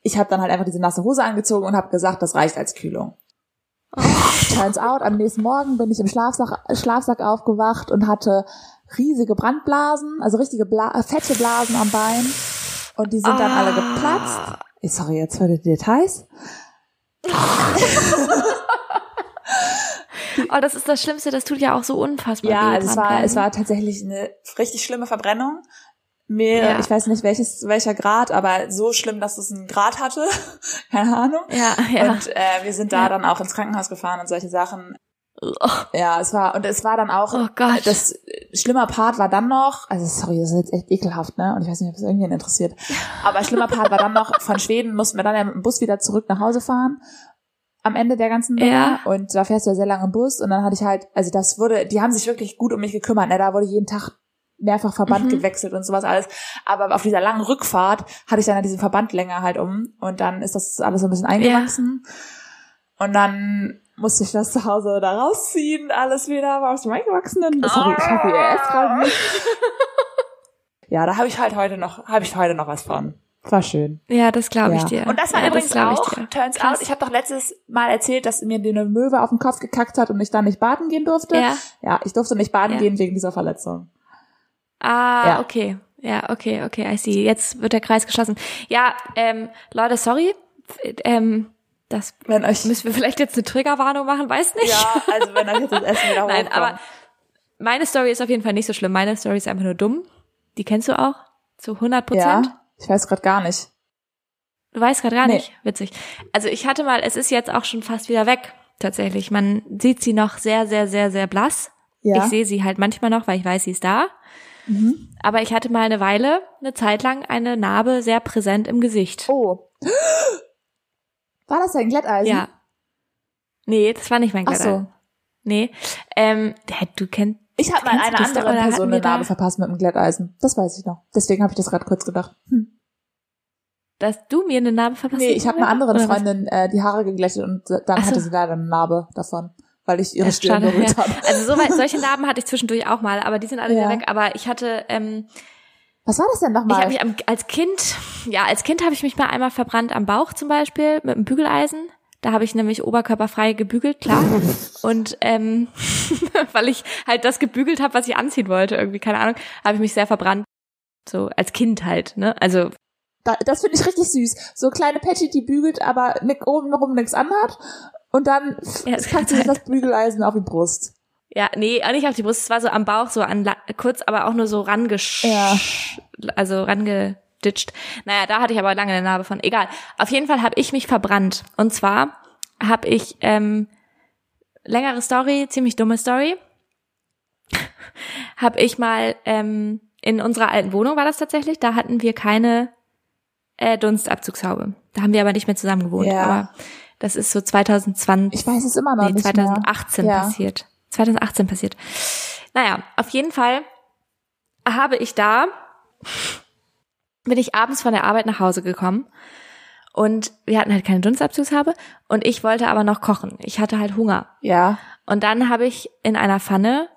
Speaker 1: ich habe dann halt einfach diese nasse Hose angezogen und habe gesagt, das reicht als Kühlung. Turns out, am nächsten Morgen bin ich im Schlafsack, Schlafsack aufgewacht und hatte riesige Brandblasen, also richtige Bla äh, fette Blasen am Bein. Und die sind dann alle geplatzt. Eh, Sorry jetzt für die Details.
Speaker 2: Oh, das ist das Schlimmste, das tut ja auch so unfassbar
Speaker 1: Ja,
Speaker 2: weh.
Speaker 1: also es war, es
Speaker 2: dranbleiben.
Speaker 1: war tatsächlich eine richtig schlimme Verbrennung. Mehr,
Speaker 2: Ja.
Speaker 1: ich weiß nicht welches, welcher Grad, aber so schlimm, dass es einen Grad hatte. Keine Ahnung.
Speaker 2: Ja, ja.
Speaker 1: Und äh, wir sind da
Speaker 2: Ja.
Speaker 1: dann auch ins Krankenhaus gefahren und solche Sachen. Ja, es war, und es war dann auch,
Speaker 2: Oh Gott.
Speaker 1: das äh, schlimmer Part war dann noch, also sorry, das ist jetzt echt ekelhaft, ne? Und ich weiß nicht, ob es irgendjemand interessiert. Aber schlimmer Part war dann noch, von Schweden mussten wir dann ja mit dem Bus wieder zurück nach Hause fahren. Am Ende der ganzen Nummer.
Speaker 2: Ja.
Speaker 1: Und da fährst du ja sehr lange im Bus. Und dann hatte ich halt, also das wurde, die haben sich wirklich gut um mich gekümmert. Ne? Da wurde jeden Tag mehrfach Verband gewechselt und sowas alles. Aber auf dieser langen Rückfahrt hatte ich dann halt diesen Verband länger halt um. Und dann ist das alles so ein bisschen eingewachsen. Und dann musste ich das zu Hause da rausziehen, alles wieder, war aus dem Eingewachsenen. Sorry, ich hoffe, ihr esst gerade nicht. Ja, da habe ich halt heute noch, habe ich heute noch was von. War schön.
Speaker 2: ja, das glaube ich
Speaker 1: Ja.
Speaker 2: dir.
Speaker 1: Und das war
Speaker 2: ja,
Speaker 1: übrigens
Speaker 2: glaub ich
Speaker 1: auch,
Speaker 2: dir.
Speaker 1: turns
Speaker 2: Krass.
Speaker 1: out, ich habe doch letztes Mal erzählt, dass mir eine Möwe auf den Kopf gekackt hat und ich dann nicht baden gehen durfte.
Speaker 2: Ja.
Speaker 1: ja ich durfte nicht baden
Speaker 2: Ja.
Speaker 1: gehen wegen dieser Verletzung.
Speaker 2: Ah,
Speaker 1: Ja.
Speaker 2: okay. Ja, okay, okay, I see. Jetzt wird der Kreis geschlossen. Ja, ähm, Leute, sorry. F- Ähm, das
Speaker 1: Wenn euch,
Speaker 2: müssen wir vielleicht jetzt eine Triggerwarnung machen, weiß nicht.
Speaker 1: ja, also wenn euch jetzt das Essen wieder
Speaker 2: Nein,
Speaker 1: hochkommt.
Speaker 2: aber meine Story ist auf jeden Fall nicht so schlimm. Meine Story ist einfach nur dumm. Die kennst du auch zu 100 Prozent.
Speaker 1: ja, ich weiß gerade gar nicht.
Speaker 2: Du weißt gerade gar
Speaker 1: Nee.
Speaker 2: nicht. Witzig. Also ich hatte mal, es ist jetzt auch schon fast wieder weg, tatsächlich. Man sieht sie noch sehr, sehr, sehr, sehr blass.
Speaker 1: Ja. Mhm.
Speaker 2: Ich sehe sie halt manchmal noch, weil ich weiß, sie ist da. Aber ich hatte mal eine Weile, eine Zeit lang, eine Narbe sehr präsent im Gesicht.
Speaker 1: Oh. War das dein Glätteisen?
Speaker 2: ja. Nee, das war nicht mein
Speaker 1: Ach
Speaker 2: Glatteil.
Speaker 1: so.
Speaker 2: Nee. Ähm, hä, du kennst.
Speaker 1: Ich habe mal
Speaker 2: Kennst du
Speaker 1: einer
Speaker 2: das
Speaker 1: anderen
Speaker 2: oder
Speaker 1: Person
Speaker 2: hatten wir
Speaker 1: eine Narbe
Speaker 2: da-
Speaker 1: verpasst mit einem Glätteisen. Das weiß ich noch. Deswegen habe ich das gerade kurz gedacht. Hm.
Speaker 2: Dass du mir eine Narbe verpasst
Speaker 1: Nee,
Speaker 2: hast,
Speaker 1: ich habe einer
Speaker 2: Maria?
Speaker 1: anderen
Speaker 2: Oder was?
Speaker 1: Freundin äh, die Haare geglättet und äh, dann
Speaker 2: Ach so.
Speaker 1: hatte sie leider eine Narbe davon, weil ich ihre
Speaker 2: Ja,
Speaker 1: Stirn
Speaker 2: schade,
Speaker 1: berührt
Speaker 2: ja.
Speaker 1: habe.
Speaker 2: Also so weit, solche Narben hatte ich zwischendurch auch mal, aber die sind alle
Speaker 1: Ja.
Speaker 2: wieder weg. Aber ich hatte, ähm,
Speaker 1: Was war das denn
Speaker 2: Ich habe
Speaker 1: nochmal?
Speaker 2: mich am, als Kind, ja, als Kind habe ich mich mal einmal verbrannt am Bauch zum Beispiel mit einem Bügeleisen. Da habe ich nämlich oberkörperfrei gebügelt, klar. Und ähm, weil ich halt das gebügelt habe, was ich anziehen wollte, irgendwie, keine Ahnung, habe ich mich sehr verbrannt. So als Kind halt, ne? Also
Speaker 1: Da, das finde ich richtig süß. So kleine Patty, die bügelt, aber nick, obenrum nichts anhat. Und dann
Speaker 2: Ja,
Speaker 1: packt sie sich das Bügeleisen auf die Brust.
Speaker 2: Ja, nee, auch nicht auf die Brust, es war so am Bauch, so an la- kurz, aber auch nur so rangesch,
Speaker 1: Ja.
Speaker 2: also rangeditscht. Naja, da hatte ich aber lange eine Narbe von. Egal. Auf jeden Fall habe ich mich verbrannt. Und zwar habe ich ähm, längere Story, ziemlich dumme Story. habe ich mal ähm, in unserer alten Wohnung war das tatsächlich. Da hatten wir keine äh, Dunstabzugshaube. Da haben wir aber nicht mehr zusammen gewohnt.
Speaker 1: Ja.
Speaker 2: Aber das ist so 2020
Speaker 1: Ich weiß es immer noch
Speaker 2: nee,
Speaker 1: nicht
Speaker 2: 2018
Speaker 1: mehr. Ja.
Speaker 2: passiert. 2018 passiert. Naja, auf jeden Fall habe ich da, bin ich abends von der Arbeit nach Hause gekommen und wir hatten halt keine Dunstabzugshabe und ich wollte aber noch kochen. Ich hatte halt Hunger.
Speaker 1: Ja,
Speaker 2: Und dann habe ich in einer Pfanne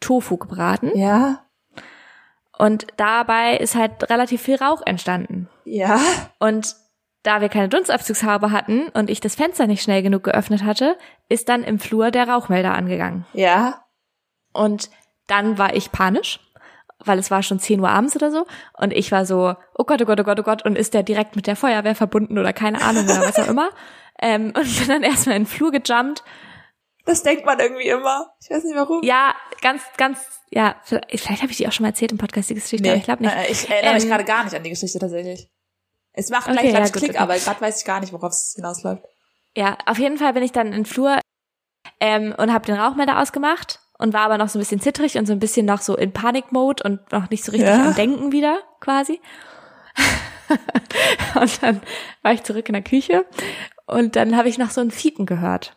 Speaker 2: Tofu gebraten
Speaker 1: ja,
Speaker 2: und dabei ist halt relativ viel Rauch entstanden.
Speaker 1: ja.
Speaker 2: Und da wir keine Dunstabzugshabe hatten und ich das Fenster nicht schnell genug geöffnet hatte, ist dann im Flur der Rauchmelder angegangen.
Speaker 1: Ja.
Speaker 2: Und dann war ich panisch, weil es war schon 10 Uhr abends oder so. Und ich war so, oh Gott, oh Gott, oh Gott, oh Gott. Und ist der direkt mit der Feuerwehr verbunden oder keine Ahnung oder was auch immer. Ähm, und bin dann erstmal in den Flur gejumpt.
Speaker 1: Das denkt man irgendwie immer. Ich weiß nicht warum.
Speaker 2: Ja, ganz, ganz, ja, vielleicht, vielleicht habe ich die auch schon mal erzählt im Podcast, die Geschichte, aber ich glaube nicht.
Speaker 1: äh, Ich erinnere mich
Speaker 2: Ähm,
Speaker 1: gerade gar nicht an die Geschichte tatsächlich. Es macht
Speaker 2: Okay,
Speaker 1: gleich, glaube
Speaker 2: ja,
Speaker 1: ich,
Speaker 2: gut,
Speaker 1: Klick,
Speaker 2: okay.
Speaker 1: aber gerade weiß ich gar nicht, worauf es hinausläuft.
Speaker 2: Ja, auf jeden Fall bin ich dann in den Flur ähm, und habe den Rauchmelder ausgemacht und war aber noch so ein bisschen zittrig und so ein bisschen noch so in Panikmode und noch nicht so richtig
Speaker 1: Ja.
Speaker 2: am Denken wieder quasi. und dann war ich zurück in der Küche und dann habe ich noch so ein Fiepen gehört.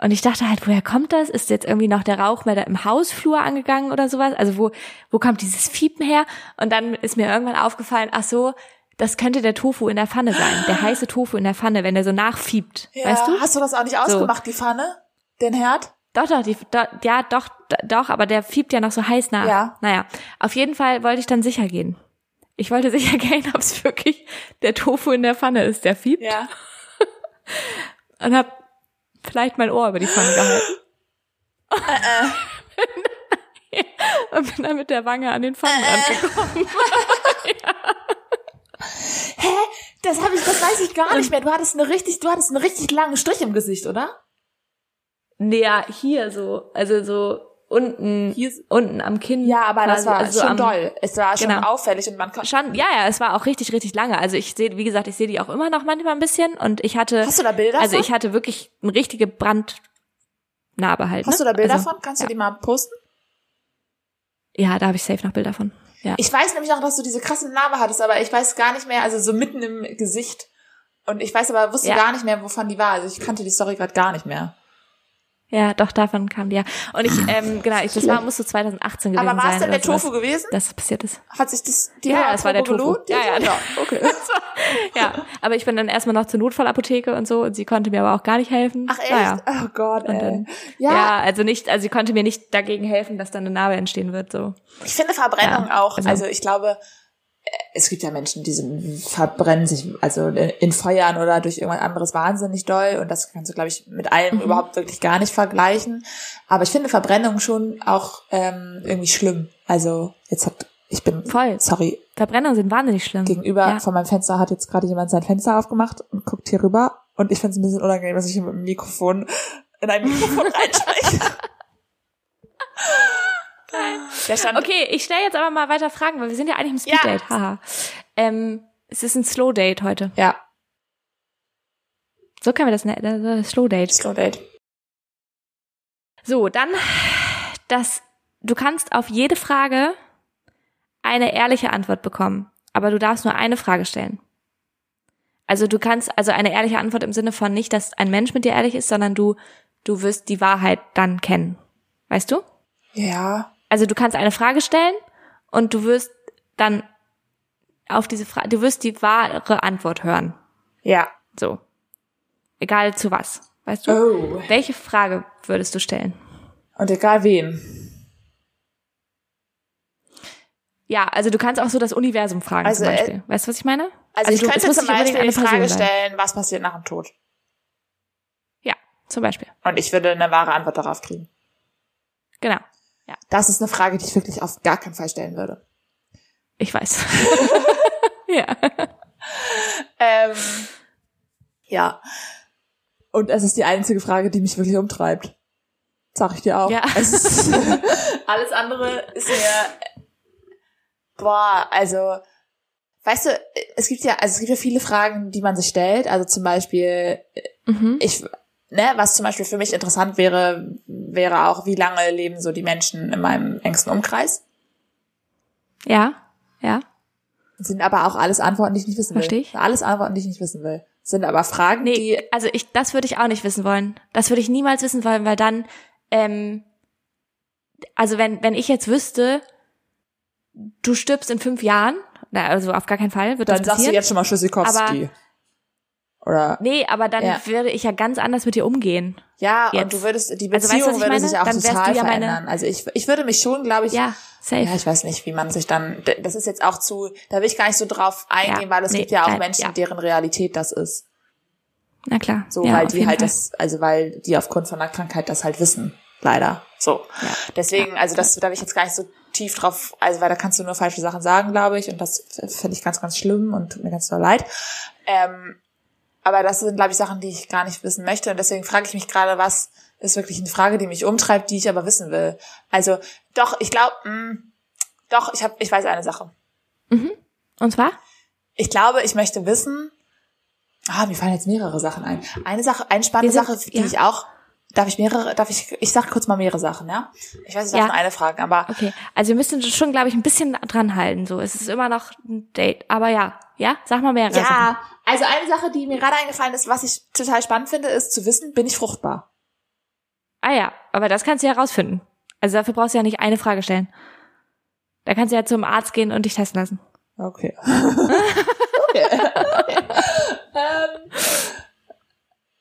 Speaker 2: Und ich dachte halt, woher kommt das? Ist jetzt irgendwie noch der Rauchmelder im Hausflur angegangen oder sowas? Also wo, wo kommt dieses Fiepen her? Und dann ist mir irgendwann aufgefallen, ach so, das könnte der Tofu in der Pfanne sein. Der heiße Tofu in der Pfanne, wenn der so nachfiebt.
Speaker 1: Ja.
Speaker 2: weißt du?
Speaker 1: Hast du das auch nicht ausgemacht, die Pfanne? Den Herd?
Speaker 2: Doch, doch, die, do, ja, doch, do, doch, aber der fiebt ja noch so heiß nach.
Speaker 1: Ja.
Speaker 2: Naja, auf jeden Fall wollte ich dann sicher gehen. Ich wollte sicher gehen, ob es wirklich der Tofu in der Pfanne ist, der fiebt.
Speaker 1: Ja.
Speaker 2: Und hab vielleicht mein Ohr über die Pfanne gehalten.
Speaker 1: Äh,
Speaker 2: Und bin dann mit der Wange an den Pfannenrand gekommen.
Speaker 1: Hä? Das habe ich, das weiß ich gar nicht mehr. Du hattest eine richtig, du hattest einen richtig langen Strich im Gesicht, oder?
Speaker 2: Naja, hier so, also so unten,
Speaker 1: Hier so-
Speaker 2: unten am Kinn.
Speaker 1: Ja, aber das
Speaker 2: quasi,
Speaker 1: war
Speaker 2: also so
Speaker 1: schon
Speaker 2: am-
Speaker 1: doll. Es war schon
Speaker 2: Genau.
Speaker 1: auffällig und man kann.
Speaker 2: Schon, ja, ja, es war auch richtig, richtig lange. Also ich sehe, wie gesagt, ich sehe die auch immer noch manchmal ein bisschen und ich hatte.
Speaker 1: Hast du da Bilder
Speaker 2: Also
Speaker 1: von?
Speaker 2: ich hatte wirklich eine richtige Brandnarbe halt.
Speaker 1: Hast du
Speaker 2: ne?
Speaker 1: da Bilder
Speaker 2: also,
Speaker 1: von? Kannst du die mal posten?
Speaker 2: Ja, da habe ich safe noch Bilder von. Ja.
Speaker 1: Ich weiß nämlich noch, dass du diese krasse Narbe hattest, aber ich weiß gar nicht mehr, also so mitten im Gesicht. Und ich weiß aber, wusste
Speaker 2: Ja.
Speaker 1: gar nicht mehr, wovon die war. Also ich kannte die Story gerade gar nicht mehr.
Speaker 2: ja, doch, davon kam die ja. Und ich, ähm, genau, ich, das war, musste 2018 gewesen
Speaker 1: Aber war es
Speaker 2: sein.
Speaker 1: denn der
Speaker 2: oder sowas,
Speaker 1: Tofu gewesen?
Speaker 2: Dass das passiert ist.
Speaker 1: Hat sich das die
Speaker 2: Ja,
Speaker 1: Haare
Speaker 2: es war der
Speaker 1: Tofu
Speaker 2: Tofu.
Speaker 1: gelohnt?
Speaker 2: Ja, ja.
Speaker 1: okay.
Speaker 2: Ja, aber ich bin dann erstmal noch zur Notfallapotheke und so und sie konnte mir aber auch gar nicht helfen.
Speaker 1: Ach echt?
Speaker 2: Naja.
Speaker 1: Oh Gott, ey.
Speaker 2: dann-
Speaker 1: ja,
Speaker 2: Ja. also nicht, also sie konnte mir nicht dagegen helfen, dass dann eine Narbe entstehen wird, so.
Speaker 1: ich finde Verbrennung
Speaker 2: Ja,
Speaker 1: auch, also,
Speaker 2: also-
Speaker 1: ich glaube, äh, es gibt ja Menschen, die sind- verbrennen sich also in Feuern oder durch irgendwas anderes wahnsinnig doll und das kannst du, glaube ich, mit allem
Speaker 2: Mhm.
Speaker 1: überhaupt wirklich gar nicht vergleichen. Aber ich finde Verbrennung schon auch ähm, irgendwie schlimm. Also jetzt hat, ich bin,
Speaker 2: Voll.
Speaker 1: sorry,
Speaker 2: Verbrennungen sind wahnsinnig schlimm.
Speaker 1: gegenüber
Speaker 2: Ja.
Speaker 1: von meinem Fenster hat jetzt gerade jemand sein Fenster aufgemacht und guckt hier rüber. Und ich finde es ein bisschen unangenehm, dass ich hier mit dem Mikrofon in ein Mikrofon reinspreche. Der stand,
Speaker 2: Okay, ich stelle jetzt aber mal weiter Fragen, weil wir sind ja eigentlich im
Speaker 1: Ja.
Speaker 2: Speeddate. Haha. Ähm, es ist ein Slow Date heute.
Speaker 1: Ja,
Speaker 2: So können wir das nennen. das ist Slow Date.
Speaker 1: Slow Date.
Speaker 2: So, dann das du kannst auf jede Frage eine ehrliche Antwort bekommen, aber du darfst nur eine Frage stellen. Also du kannst also eine ehrliche Antwort im Sinne von nicht, dass ein Mensch mit dir ehrlich ist, sondern du du wirst die Wahrheit dann kennen. Weißt du?
Speaker 1: Ja.
Speaker 2: Also du kannst eine Frage stellen und du wirst dann auf diese Frage du wirst die wahre Antwort hören.
Speaker 1: Ja.
Speaker 2: So. Egal zu was, weißt du?
Speaker 1: Oh.
Speaker 2: Welche Frage würdest du stellen?
Speaker 1: Und egal wen.
Speaker 2: Ja, also du kannst auch so das Universum fragen
Speaker 1: Also,
Speaker 2: zum
Speaker 1: äh,
Speaker 2: Beispiel. weißt du, was ich meine?
Speaker 1: Also, ich
Speaker 2: du- es
Speaker 1: könnte
Speaker 2: muss
Speaker 1: zum
Speaker 2: nicht unbedingt
Speaker 1: Beispiel die
Speaker 2: eine Person
Speaker 1: Frage
Speaker 2: sein.
Speaker 1: stellen, was passiert nach dem Tod?
Speaker 2: Zum Beispiel.
Speaker 1: Und ich würde eine wahre Antwort darauf kriegen.
Speaker 2: Genau.
Speaker 1: Das ist eine Frage, die ich wirklich auf gar keinen Fall stellen würde.
Speaker 2: Ich weiß. ja.
Speaker 1: Ähm, ja. Und es ist die einzige Frage, die mich wirklich umtreibt. Sag ich dir auch.
Speaker 2: Ja.
Speaker 1: Es ist, alles andere ist mir, boah, also, weißt du, es gibt ja, also es gibt ja viele Fragen, die man sich stellt. Also zum Beispiel,
Speaker 2: Mhm.
Speaker 1: ich, ne, was zum Beispiel für mich interessant wäre, wäre auch, wie lange leben so die Menschen in meinem engsten Umkreis?
Speaker 2: Ja. Ja.
Speaker 1: Sind aber auch alles Antworten, die ich nicht wissen will.
Speaker 2: Versteh ich.
Speaker 1: Alles Antworten, die ich nicht wissen will. Sind aber Fragen, die,
Speaker 2: Nee, also ich, das würde ich auch nicht wissen wollen. Das würde ich niemals wissen wollen, weil dann, ähm, also wenn, wenn ich jetzt wüsste, du stirbst in fünf Jahren, na, also auf gar keinen Fall wird
Speaker 1: dann
Speaker 2: das
Speaker 1: sagst du
Speaker 2: passieren.
Speaker 1: jetzt schon mal Schüssikowski. Oder,
Speaker 2: nee, aber dann
Speaker 1: Ja.
Speaker 2: würde ich ja ganz anders mit dir umgehen.
Speaker 1: ja, und
Speaker 2: jetzt.
Speaker 1: du würdest, die
Speaker 2: Also, weißt du,
Speaker 1: Beziehung
Speaker 2: was ich
Speaker 1: würde
Speaker 2: meine?
Speaker 1: sich auch
Speaker 2: Dann wärst
Speaker 1: total
Speaker 2: du ja meine-
Speaker 1: verändern. Also ich, ich würde mich schon, glaube ich,
Speaker 2: Ja, safe.
Speaker 1: ja, ich weiß nicht, wie man sich dann, d- das ist jetzt auch zu, da will ich gar nicht so drauf eingehen, weil es
Speaker 2: nee,
Speaker 1: gibt ja auch
Speaker 2: nein,
Speaker 1: Menschen,
Speaker 2: ja.
Speaker 1: deren Realität das ist.
Speaker 2: Na klar.
Speaker 1: So,
Speaker 2: ja,
Speaker 1: weil
Speaker 2: auf
Speaker 1: die
Speaker 2: jeden
Speaker 1: halt
Speaker 2: Fall.
Speaker 1: das, also weil die aufgrund von einer Krankheit das halt wissen. Leider. So.
Speaker 2: Ja.
Speaker 1: Deswegen, also das, da will ich jetzt gar nicht so tief drauf, also weil da kannst du nur falsche Sachen sagen, glaube ich. Und das finde ich ganz, ganz schlimm und tut mir ganz doll leid. Ähm, aber das sind, glaube ich, Sachen, die ich gar nicht wissen möchte. Und deswegen frage ich mich gerade, was ist wirklich eine Frage, die mich umtreibt, die ich aber wissen will. Also, doch, ich glaube, doch, ich habe, ich weiß eine Sache.
Speaker 2: Und zwar?
Speaker 1: Ich glaube, ich möchte wissen. Ah, mir fallen jetzt mehrere Sachen ein. Eine Sache, eine spannende
Speaker 2: Wir sind-
Speaker 1: Sache, die
Speaker 2: ja.
Speaker 1: ich auch. Darf ich mehrere, darf ich, ich sag kurz mal mehrere Sachen, ja? Ich weiß, ich darf
Speaker 2: Ja.
Speaker 1: nur eine fragen, aber
Speaker 2: Okay. Also wir müssen schon, glaube ich, ein bisschen dranhalten. So, es ist immer noch ein Date. Aber ja, ja, sag mal mehrere. Sachen.
Speaker 1: ja, also eine Sache, die mir gerade eingefallen ist, was ich total spannend finde, ist zu wissen, bin ich fruchtbar?
Speaker 2: Ah ja, aber das kannst du ja herausfinden. Also dafür brauchst du ja nicht eine Frage stellen. Da kannst du ja zum Arzt gehen und dich testen lassen.
Speaker 1: Okay. okay. ähm,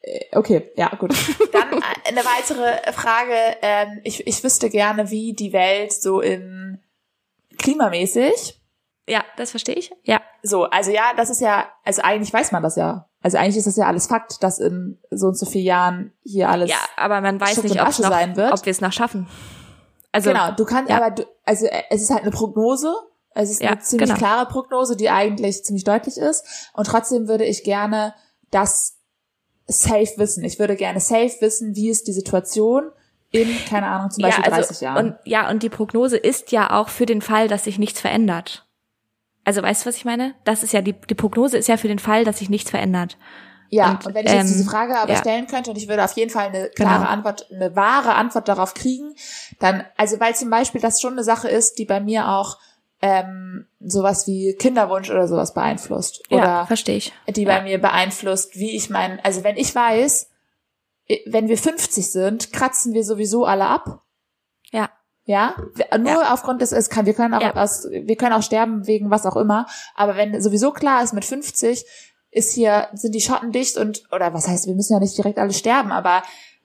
Speaker 1: äh, okay, ja, gut. Dann äh, eine weitere Frage. Ähm, ich, ich wüsste gerne, wie die Welt so in klimamäßig
Speaker 2: Ja, das verstehe ich. Ja.
Speaker 1: So, also ja, das ist ja, also eigentlich weiß man das ja. Also eigentlich ist das ja alles Fakt, dass in so und so vielen Jahren hier alles.
Speaker 2: ja, aber man weiß
Speaker 1: Schutt
Speaker 2: nicht,
Speaker 1: und
Speaker 2: ob es
Speaker 1: Asche
Speaker 2: noch,
Speaker 1: sein wird.
Speaker 2: ob wir es noch schaffen. Also
Speaker 1: genau. Du kannst,
Speaker 2: ja.
Speaker 1: aber du, also äh, es ist halt eine Prognose. Es ist eine
Speaker 2: Ja,
Speaker 1: ziemlich
Speaker 2: genau.
Speaker 1: klare Prognose, die eigentlich ziemlich deutlich ist. Und trotzdem würde ich gerne das safe wissen. Ich würde gerne safe wissen, wie ist die Situation in, keine Ahnung, zum Beispiel 30 Jahren.
Speaker 2: also Und, ja, und die Prognose ist ja auch für den Fall, dass sich nichts verändert. Also weißt du, was ich meine? Das ist ja die, die Prognose ist ja für den Fall, dass sich nichts verändert.
Speaker 1: Ja, und,
Speaker 2: Und,
Speaker 1: wenn ich jetzt
Speaker 2: ähm,
Speaker 1: diese Frage aber
Speaker 2: ja.
Speaker 1: stellen könnte und ich würde auf jeden Fall eine klare
Speaker 2: Genau.
Speaker 1: Antwort, eine wahre Antwort darauf kriegen, dann, also weil zum Beispiel das schon eine Sache ist, die bei mir auch ähm, sowas wie Kinderwunsch oder sowas beeinflusst.
Speaker 2: ja,
Speaker 1: Oder
Speaker 2: verstehe ich.
Speaker 1: die bei
Speaker 2: ja.
Speaker 1: mir beeinflusst, wie ich meinen, also wenn ich weiß, eh, wenn wir 50 sind, kratzen wir sowieso alle ab.
Speaker 2: Ja.
Speaker 1: Ja, Wir- nur aufgrund des, es kann, wir können auch
Speaker 2: Ja.
Speaker 1: aus, wir können auch sterben wegen was auch immer. Aber wenn sowieso klar ist, mit 50 ist hier, sind die Schotten dicht und, oder was heißt, wir müssen ja nicht direkt alle sterben, aber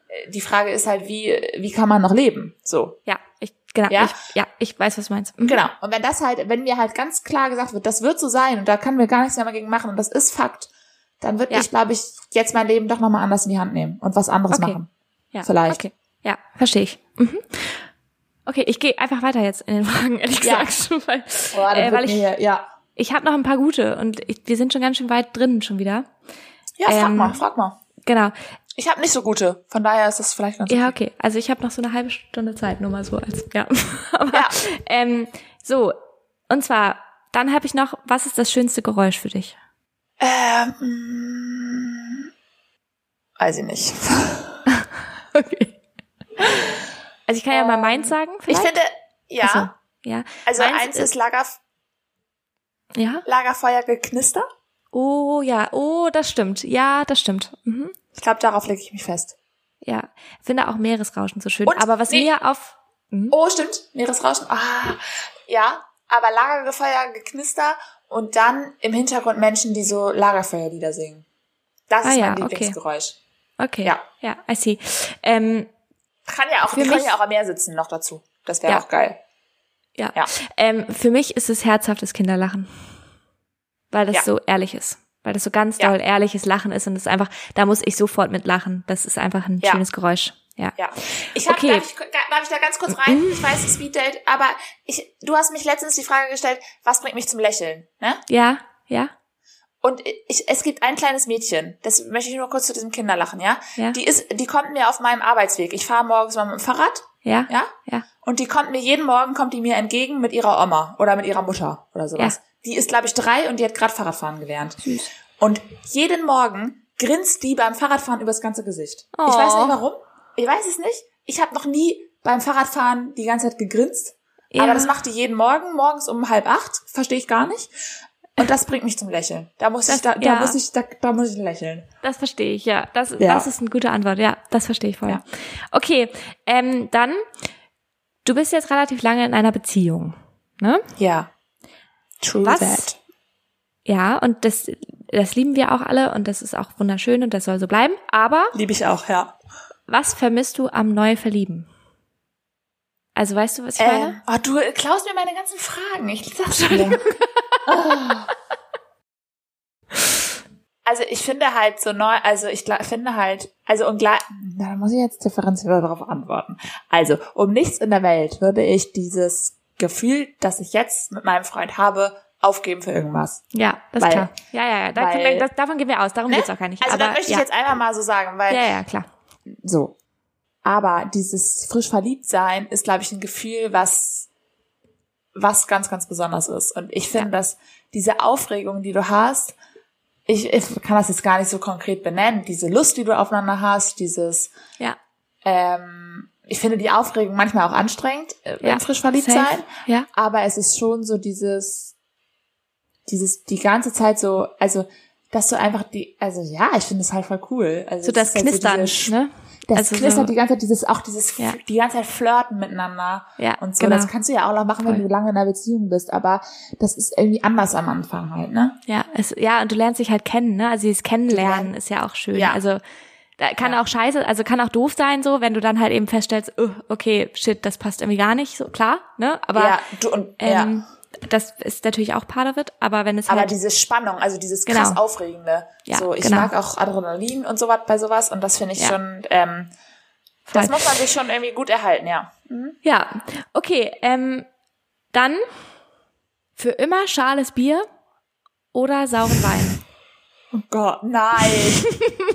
Speaker 1: äh, die Frage ist halt, wie, wie kann man noch leben? So.
Speaker 2: Ja, ich genau.
Speaker 1: Ja?
Speaker 2: Ja, ich, ja, ich weiß, was du meinst. Mhm.
Speaker 1: Genau. Und wenn das halt, wenn mir halt ganz klar gesagt wird, das wird so sein und da können wir gar nichts mehr gegen machen und das ist Fakt, dann würde
Speaker 2: Ja.
Speaker 1: ich, glaube ich, jetzt mein Leben doch nochmal anders in die Hand nehmen und was anderes
Speaker 2: Okay.
Speaker 1: machen.
Speaker 2: Ja,
Speaker 1: Vielleicht.
Speaker 2: Okay. Ja, verstehe ich. Mhm. Okay, ich gehe einfach weiter jetzt in den Fragen, ehrlich
Speaker 1: Ja.
Speaker 2: gesagt. Weil,
Speaker 1: Boah, Oh, dann
Speaker 2: äh,
Speaker 1: wird mir
Speaker 2: weil ich,
Speaker 1: hier, ja.
Speaker 2: ich habe noch ein paar gute und ich, wir sind schon ganz schön weit drin schon wieder.
Speaker 1: Ja, frag
Speaker 2: Ähm,
Speaker 1: mal, frag mal.
Speaker 2: Genau.
Speaker 1: Ich habe nicht so gute, von daher ist das vielleicht ganz
Speaker 2: Ja, okay. Also ich habe noch so eine halbe Stunde Zeit, nur mal so als. Ja. Aber,
Speaker 1: Ja.
Speaker 2: Ähm, so, und zwar, dann habe ich noch, was ist das schönste Geräusch für dich?
Speaker 1: Ähm, weiß ich nicht.
Speaker 2: Okay. Also ich kann ja mal meins sagen,
Speaker 1: Ähm, Ich
Speaker 2: vielleicht.
Speaker 1: finde, ja,
Speaker 2: Ach so, ja.
Speaker 1: also
Speaker 2: meins
Speaker 1: eins ist Lagerf
Speaker 2: Ja.
Speaker 1: Lagerfeuergeknister.
Speaker 2: Oh ja, oh, das stimmt. Ja, das stimmt. Mhm.
Speaker 1: Ich glaube, darauf lege ich mich fest.
Speaker 2: Ja, finde auch Meeresrauschen so schön.
Speaker 1: Und-
Speaker 2: Aber was
Speaker 1: nee.
Speaker 2: mir auf mhm.
Speaker 1: Oh, stimmt, Meeresrauschen. Ah, ja, aber Lagerfeuergeknister und dann im Hintergrund Menschen, die so Lagerfeuerlieder singen. Das
Speaker 2: Ah
Speaker 1: ist
Speaker 2: ja,
Speaker 1: mein
Speaker 2: okay.
Speaker 1: Lieblingsgeräusch.
Speaker 2: okay,
Speaker 1: ja.
Speaker 2: ja, ja, I see. Ähm,
Speaker 1: Kann ja auch,
Speaker 2: Für
Speaker 1: wir können
Speaker 2: mich-
Speaker 1: ja auch am Meer sitzen noch dazu. Das wäre
Speaker 2: Ja.
Speaker 1: auch geil.
Speaker 2: ja,
Speaker 1: Ja.
Speaker 2: Ähm, für mich ist es herzhaftes Kinderlachen, weil das
Speaker 1: Ja.
Speaker 2: so ehrlich ist. Weil das so ganz
Speaker 1: Ja.
Speaker 2: doll ehrliches Lachen ist und es ist einfach, da muss ich sofort mit lachen. Das ist einfach ein
Speaker 1: Ja.
Speaker 2: schönes Geräusch. Ja.
Speaker 1: Ja. Ich hab,
Speaker 2: Okay. Mhm.
Speaker 1: darf, ich, darf ich da ganz kurz rein? Ich weiß, Speed Date, aber ich, du hast mich letztens die Frage gestellt, was bringt mich zum Lächeln? Ne?
Speaker 2: Ja, ja,
Speaker 1: Und ich, es gibt ein kleines Mädchen, das möchte ich nur kurz zu diesem Kinderlachen, ja?
Speaker 2: Ja.
Speaker 1: Die ist, die kommt mir auf meinem Arbeitsweg. Ich fahre morgens mal mit dem Fahrrad,
Speaker 2: ja, ja.
Speaker 1: ja? Und die kommt mir jeden Morgen, kommt die mir entgegen mit ihrer Oma oder mit ihrer Mutter oder sowas.
Speaker 2: Ja.
Speaker 1: Die ist, glaube ich, drei und die hat gerade Fahrradfahren gelernt. Und jeden Morgen grinst die beim Fahrradfahren übers ganze Gesicht.
Speaker 2: Oh.
Speaker 1: Ich weiß nicht warum. Ich weiß es nicht. Ich habe noch nie beim Fahrradfahren die ganze Zeit gegrinst.
Speaker 2: Ja.
Speaker 1: Aber das macht die jeden Morgen, morgens um halb acht. Verstehe ich gar nicht. Und das bringt mich zum Lächeln. Da muss ich, da,
Speaker 2: Das- ja.
Speaker 1: da muss ich, da, da muss ich lächeln.
Speaker 2: Das verstehe ich, ja. Das,
Speaker 1: Ja.
Speaker 2: das ist eine gute Antwort, ja. Das verstehe ich voll.
Speaker 1: Ja.
Speaker 2: Okay, ähm, dann, du bist jetzt relativ lange in einer Beziehung, ne?
Speaker 1: Ja. True
Speaker 2: Was?
Speaker 1: that.
Speaker 2: Ja, und das, das lieben wir auch alle und das ist auch wunderschön und das soll so bleiben. Aber
Speaker 1: Liebe ich auch, ja.
Speaker 2: was vermisst du am Neuverlieben? Also weißt du, was ich
Speaker 1: Ähm,
Speaker 2: meine?
Speaker 1: oh, du klaust mir meine ganzen Fragen. Ich sag's schon. Oh. Also ich finde halt so neu, also ich gla- finde halt, also und gleich, na, da muss ich jetzt differenziert darauf antworten. Also, um nichts in der Welt würde ich dieses Gefühl, das ich jetzt mit meinem Freund habe, aufgeben für irgendwas.
Speaker 2: Ja, das ist
Speaker 1: weil-
Speaker 2: klar. Ja, ja, ja. Da,
Speaker 1: weil-
Speaker 2: das, davon gehen wir aus. Darum
Speaker 1: Ne?
Speaker 2: geht's auch gar nicht.
Speaker 1: Also
Speaker 2: aber,
Speaker 1: das möchte
Speaker 2: ja.
Speaker 1: ich jetzt einfach mal so sagen, weil
Speaker 2: Ja, ja, klar.
Speaker 1: so. Aber dieses frisch verliebt sein ist, glaube ich, ein Gefühl, was, was ganz, ganz besonders ist. Und ich finde,
Speaker 2: Ja.
Speaker 1: dass diese Aufregung, die du hast, ich, ich kann das jetzt gar nicht so konkret benennen, diese Lust, die du aufeinander hast, dieses,
Speaker 2: Ja.
Speaker 1: ähm, ich finde die Aufregung manchmal auch anstrengend äh,
Speaker 2: Ja.
Speaker 1: im frisch verliebt
Speaker 2: Safe.
Speaker 1: sein.
Speaker 2: Ja.
Speaker 1: Aber es ist schon so dieses, dieses, die ganze Zeit so, also, dass du einfach die, also ja, ich finde es halt voll cool. Also,
Speaker 2: So
Speaker 1: es
Speaker 2: das
Speaker 1: ist halt
Speaker 2: Knistern,
Speaker 1: diese
Speaker 2: ne?
Speaker 1: das
Speaker 2: Also
Speaker 1: knistert
Speaker 2: so-
Speaker 1: die ganze Zeit, dieses, auch dieses,
Speaker 2: Ja.
Speaker 1: die ganze Zeit flirten miteinander.
Speaker 2: Ja,
Speaker 1: Und so,
Speaker 2: genau.
Speaker 1: das kannst du ja auch noch machen, wenn
Speaker 2: Voll.
Speaker 1: du lange in einer Beziehung bist, aber das ist irgendwie anders am Anfang halt, ne?
Speaker 2: Ja, es, ja, und du lernst dich halt kennen, ne? Also dieses Kennenlernen
Speaker 1: Du lernst-
Speaker 2: ist ja auch schön.
Speaker 1: Ja.
Speaker 2: Also da kann
Speaker 1: Ja.
Speaker 2: auch scheiße, also kann auch doof sein, so, wenn du dann halt eben feststellst, oh, okay, shit, das passt irgendwie gar nicht, so klar, ne? Aber
Speaker 1: ja, du und,
Speaker 2: ähm,
Speaker 1: ja.
Speaker 2: das ist natürlich auch part of it, aber wenn es
Speaker 1: Aber
Speaker 2: halt.
Speaker 1: diese Spannung, also dieses
Speaker 2: Genau.
Speaker 1: krass Aufregende.
Speaker 2: Ja,
Speaker 1: so, ich
Speaker 2: genau.
Speaker 1: mag auch Adrenalin und sowas bei sowas und das finde ich
Speaker 2: Ja.
Speaker 1: schon, ähm,
Speaker 2: Voll.
Speaker 1: das muss man sich schon irgendwie gut erhalten, ja.
Speaker 2: ja. Okay, ähm, dann für immer schales Bier oder sauren Wein.
Speaker 1: Oh Gott, nein.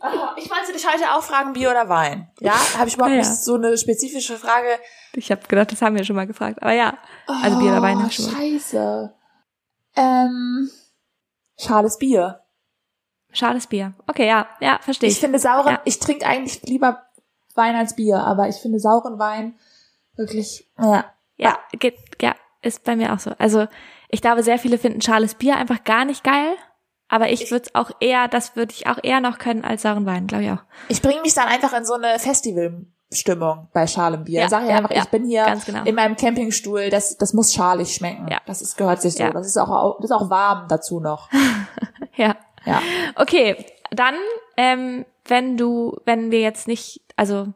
Speaker 1: Ah, ich wollte dich heute auch fragen, Bier oder Wein. Ja, habe ich überhaupt
Speaker 2: Ja, ja.
Speaker 1: nicht so eine spezifische Frage.
Speaker 2: Ich habe gedacht, das haben wir schon mal gefragt. Aber ja. Also Bier oder Wein
Speaker 1: Oh,
Speaker 2: hab ich schon mal.
Speaker 1: Scheiße. Ähm, schales Bier.
Speaker 2: Schales Bier. Okay, ja, ja, verstehe
Speaker 1: Ich,
Speaker 2: ich.
Speaker 1: finde sauren,
Speaker 2: ja.
Speaker 1: ich trinke eigentlich lieber Wein als Bier, aber ich finde sauren Wein wirklich, ja.
Speaker 2: Ja, geht, Ah, ja, ist bei mir auch so. Also ich glaube, sehr viele finden schales Bier einfach gar nicht geil. Aber ich würde es auch eher, das würde ich auch eher noch können als sauren Wein, glaube ich auch.
Speaker 1: Ich bringe mich dann einfach in so eine Festivalstimmung bei schalem Bier.
Speaker 2: Ja,
Speaker 1: Sag ich
Speaker 2: ja,
Speaker 1: einfach,
Speaker 2: ja,
Speaker 1: ich bin hier
Speaker 2: ganz genau.
Speaker 1: in meinem Campingstuhl, das, das muss schalig schmecken.
Speaker 2: Ja.
Speaker 1: Das ist, gehört sich so.
Speaker 2: Ja.
Speaker 1: Das ist auch, das ist auch warm dazu noch.
Speaker 2: Ja.
Speaker 1: Ja.
Speaker 2: Okay, dann, ähm, wenn du, wenn wir jetzt nicht, also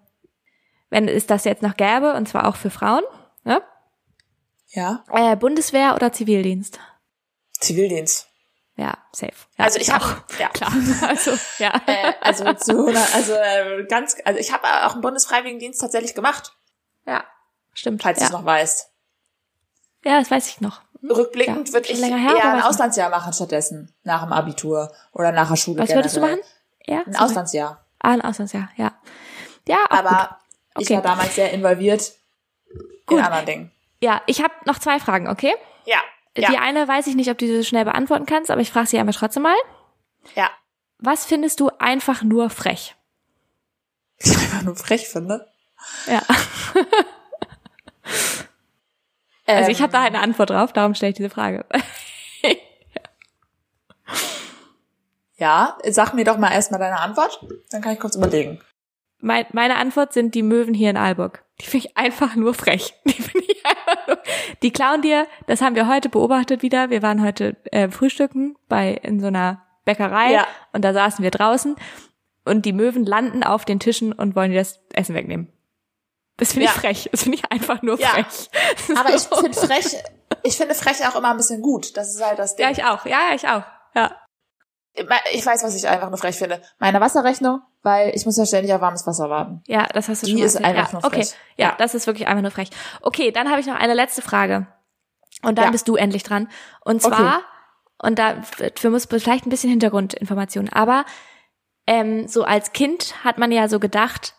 Speaker 2: wenn es das jetzt noch gäbe, und zwar auch für Frauen, ne?
Speaker 1: Ja.
Speaker 2: äh, Bundeswehr oder Zivildienst?
Speaker 1: Zivildienst.
Speaker 2: Ja, safe. Ja,
Speaker 1: Also ich habe, ja.
Speaker 2: klar. Also, ja.
Speaker 1: Äh, also zu, also äh, ganz, also ich habe auch einen Bundesfreiwilligendienst tatsächlich gemacht,
Speaker 2: ja, stimmt.
Speaker 1: falls du
Speaker 2: ja.
Speaker 1: es noch weißt.
Speaker 2: ja, das weiß ich noch. Hm?
Speaker 1: Rückblickend
Speaker 2: Ja,
Speaker 1: würde
Speaker 2: schon
Speaker 1: ich
Speaker 2: länger her, aber
Speaker 1: eher
Speaker 2: weiß
Speaker 1: ein
Speaker 2: nicht.
Speaker 1: Auslandsjahr machen stattdessen, nach dem Abitur oder nach der Schule.
Speaker 2: Was würdest du
Speaker 1: generell.
Speaker 2: machen? Ja,
Speaker 1: Ein Auslandsjahr.
Speaker 2: Ah, ein Auslandsjahr, ja. Ja, auch gut.
Speaker 1: Aber ich
Speaker 2: Okay.
Speaker 1: war damals sehr involviert
Speaker 2: Gut.
Speaker 1: in anderen Dingen.
Speaker 2: Ja, ich habe noch zwei Fragen, okay?
Speaker 1: Ja, ja,
Speaker 2: Die eine weiß ich nicht, ob du sie so schnell beantworten kannst, aber ich frage sie einmal trotzdem mal.
Speaker 1: ja.
Speaker 2: Was findest du einfach nur frech?
Speaker 1: Ich einfach nur frech finde.
Speaker 2: Ja, also ich
Speaker 1: Ähm.
Speaker 2: habe da halt eine Antwort drauf, darum stelle ich diese Frage.
Speaker 1: Ja, sag mir doch mal erstmal deine Antwort, dann kann ich kurz überlegen.
Speaker 2: Mein, meine Antwort sind die Möwen hier in Aalburg. Die finde ich einfach nur frech. Die, finde ich einfach nur, die klauen dir, das haben wir heute beobachtet wieder. Wir waren heute äh, frühstücken bei in so einer Bäckerei
Speaker 1: Ja.
Speaker 2: und da saßen wir draußen und die Möwen landen auf den Tischen und wollen dir das Essen wegnehmen. Das finde ich
Speaker 1: Ja.
Speaker 2: frech. Das finde ich einfach nur
Speaker 1: Ja.
Speaker 2: frech.
Speaker 1: Aber ich
Speaker 2: So.
Speaker 1: finde frech, ich finde frech auch immer ein bisschen gut. Das ist halt das Ding.
Speaker 2: Ja, ich auch. Ja, ja, ich auch. Ja.
Speaker 1: Ich weiß, was ich einfach nur frech finde. Meine Wasserrechnung, weil ich muss ja ständig auf warmes Wasser warten.
Speaker 2: Ja, das hast du
Speaker 1: Die
Speaker 2: schon mal
Speaker 1: ist
Speaker 2: erzählt.
Speaker 1: einfach
Speaker 2: ja,
Speaker 1: nur frech.
Speaker 2: Okay, ja, das ist wirklich einfach nur frech. Okay, dann habe ich noch eine letzte Frage. Und dann
Speaker 1: Ja.
Speaker 2: bist du endlich dran. Und
Speaker 1: Okay.
Speaker 2: zwar, und da für muss vielleicht ein bisschen Hintergrundinformationen, aber ähm, so als Kind hat man ja so gedacht,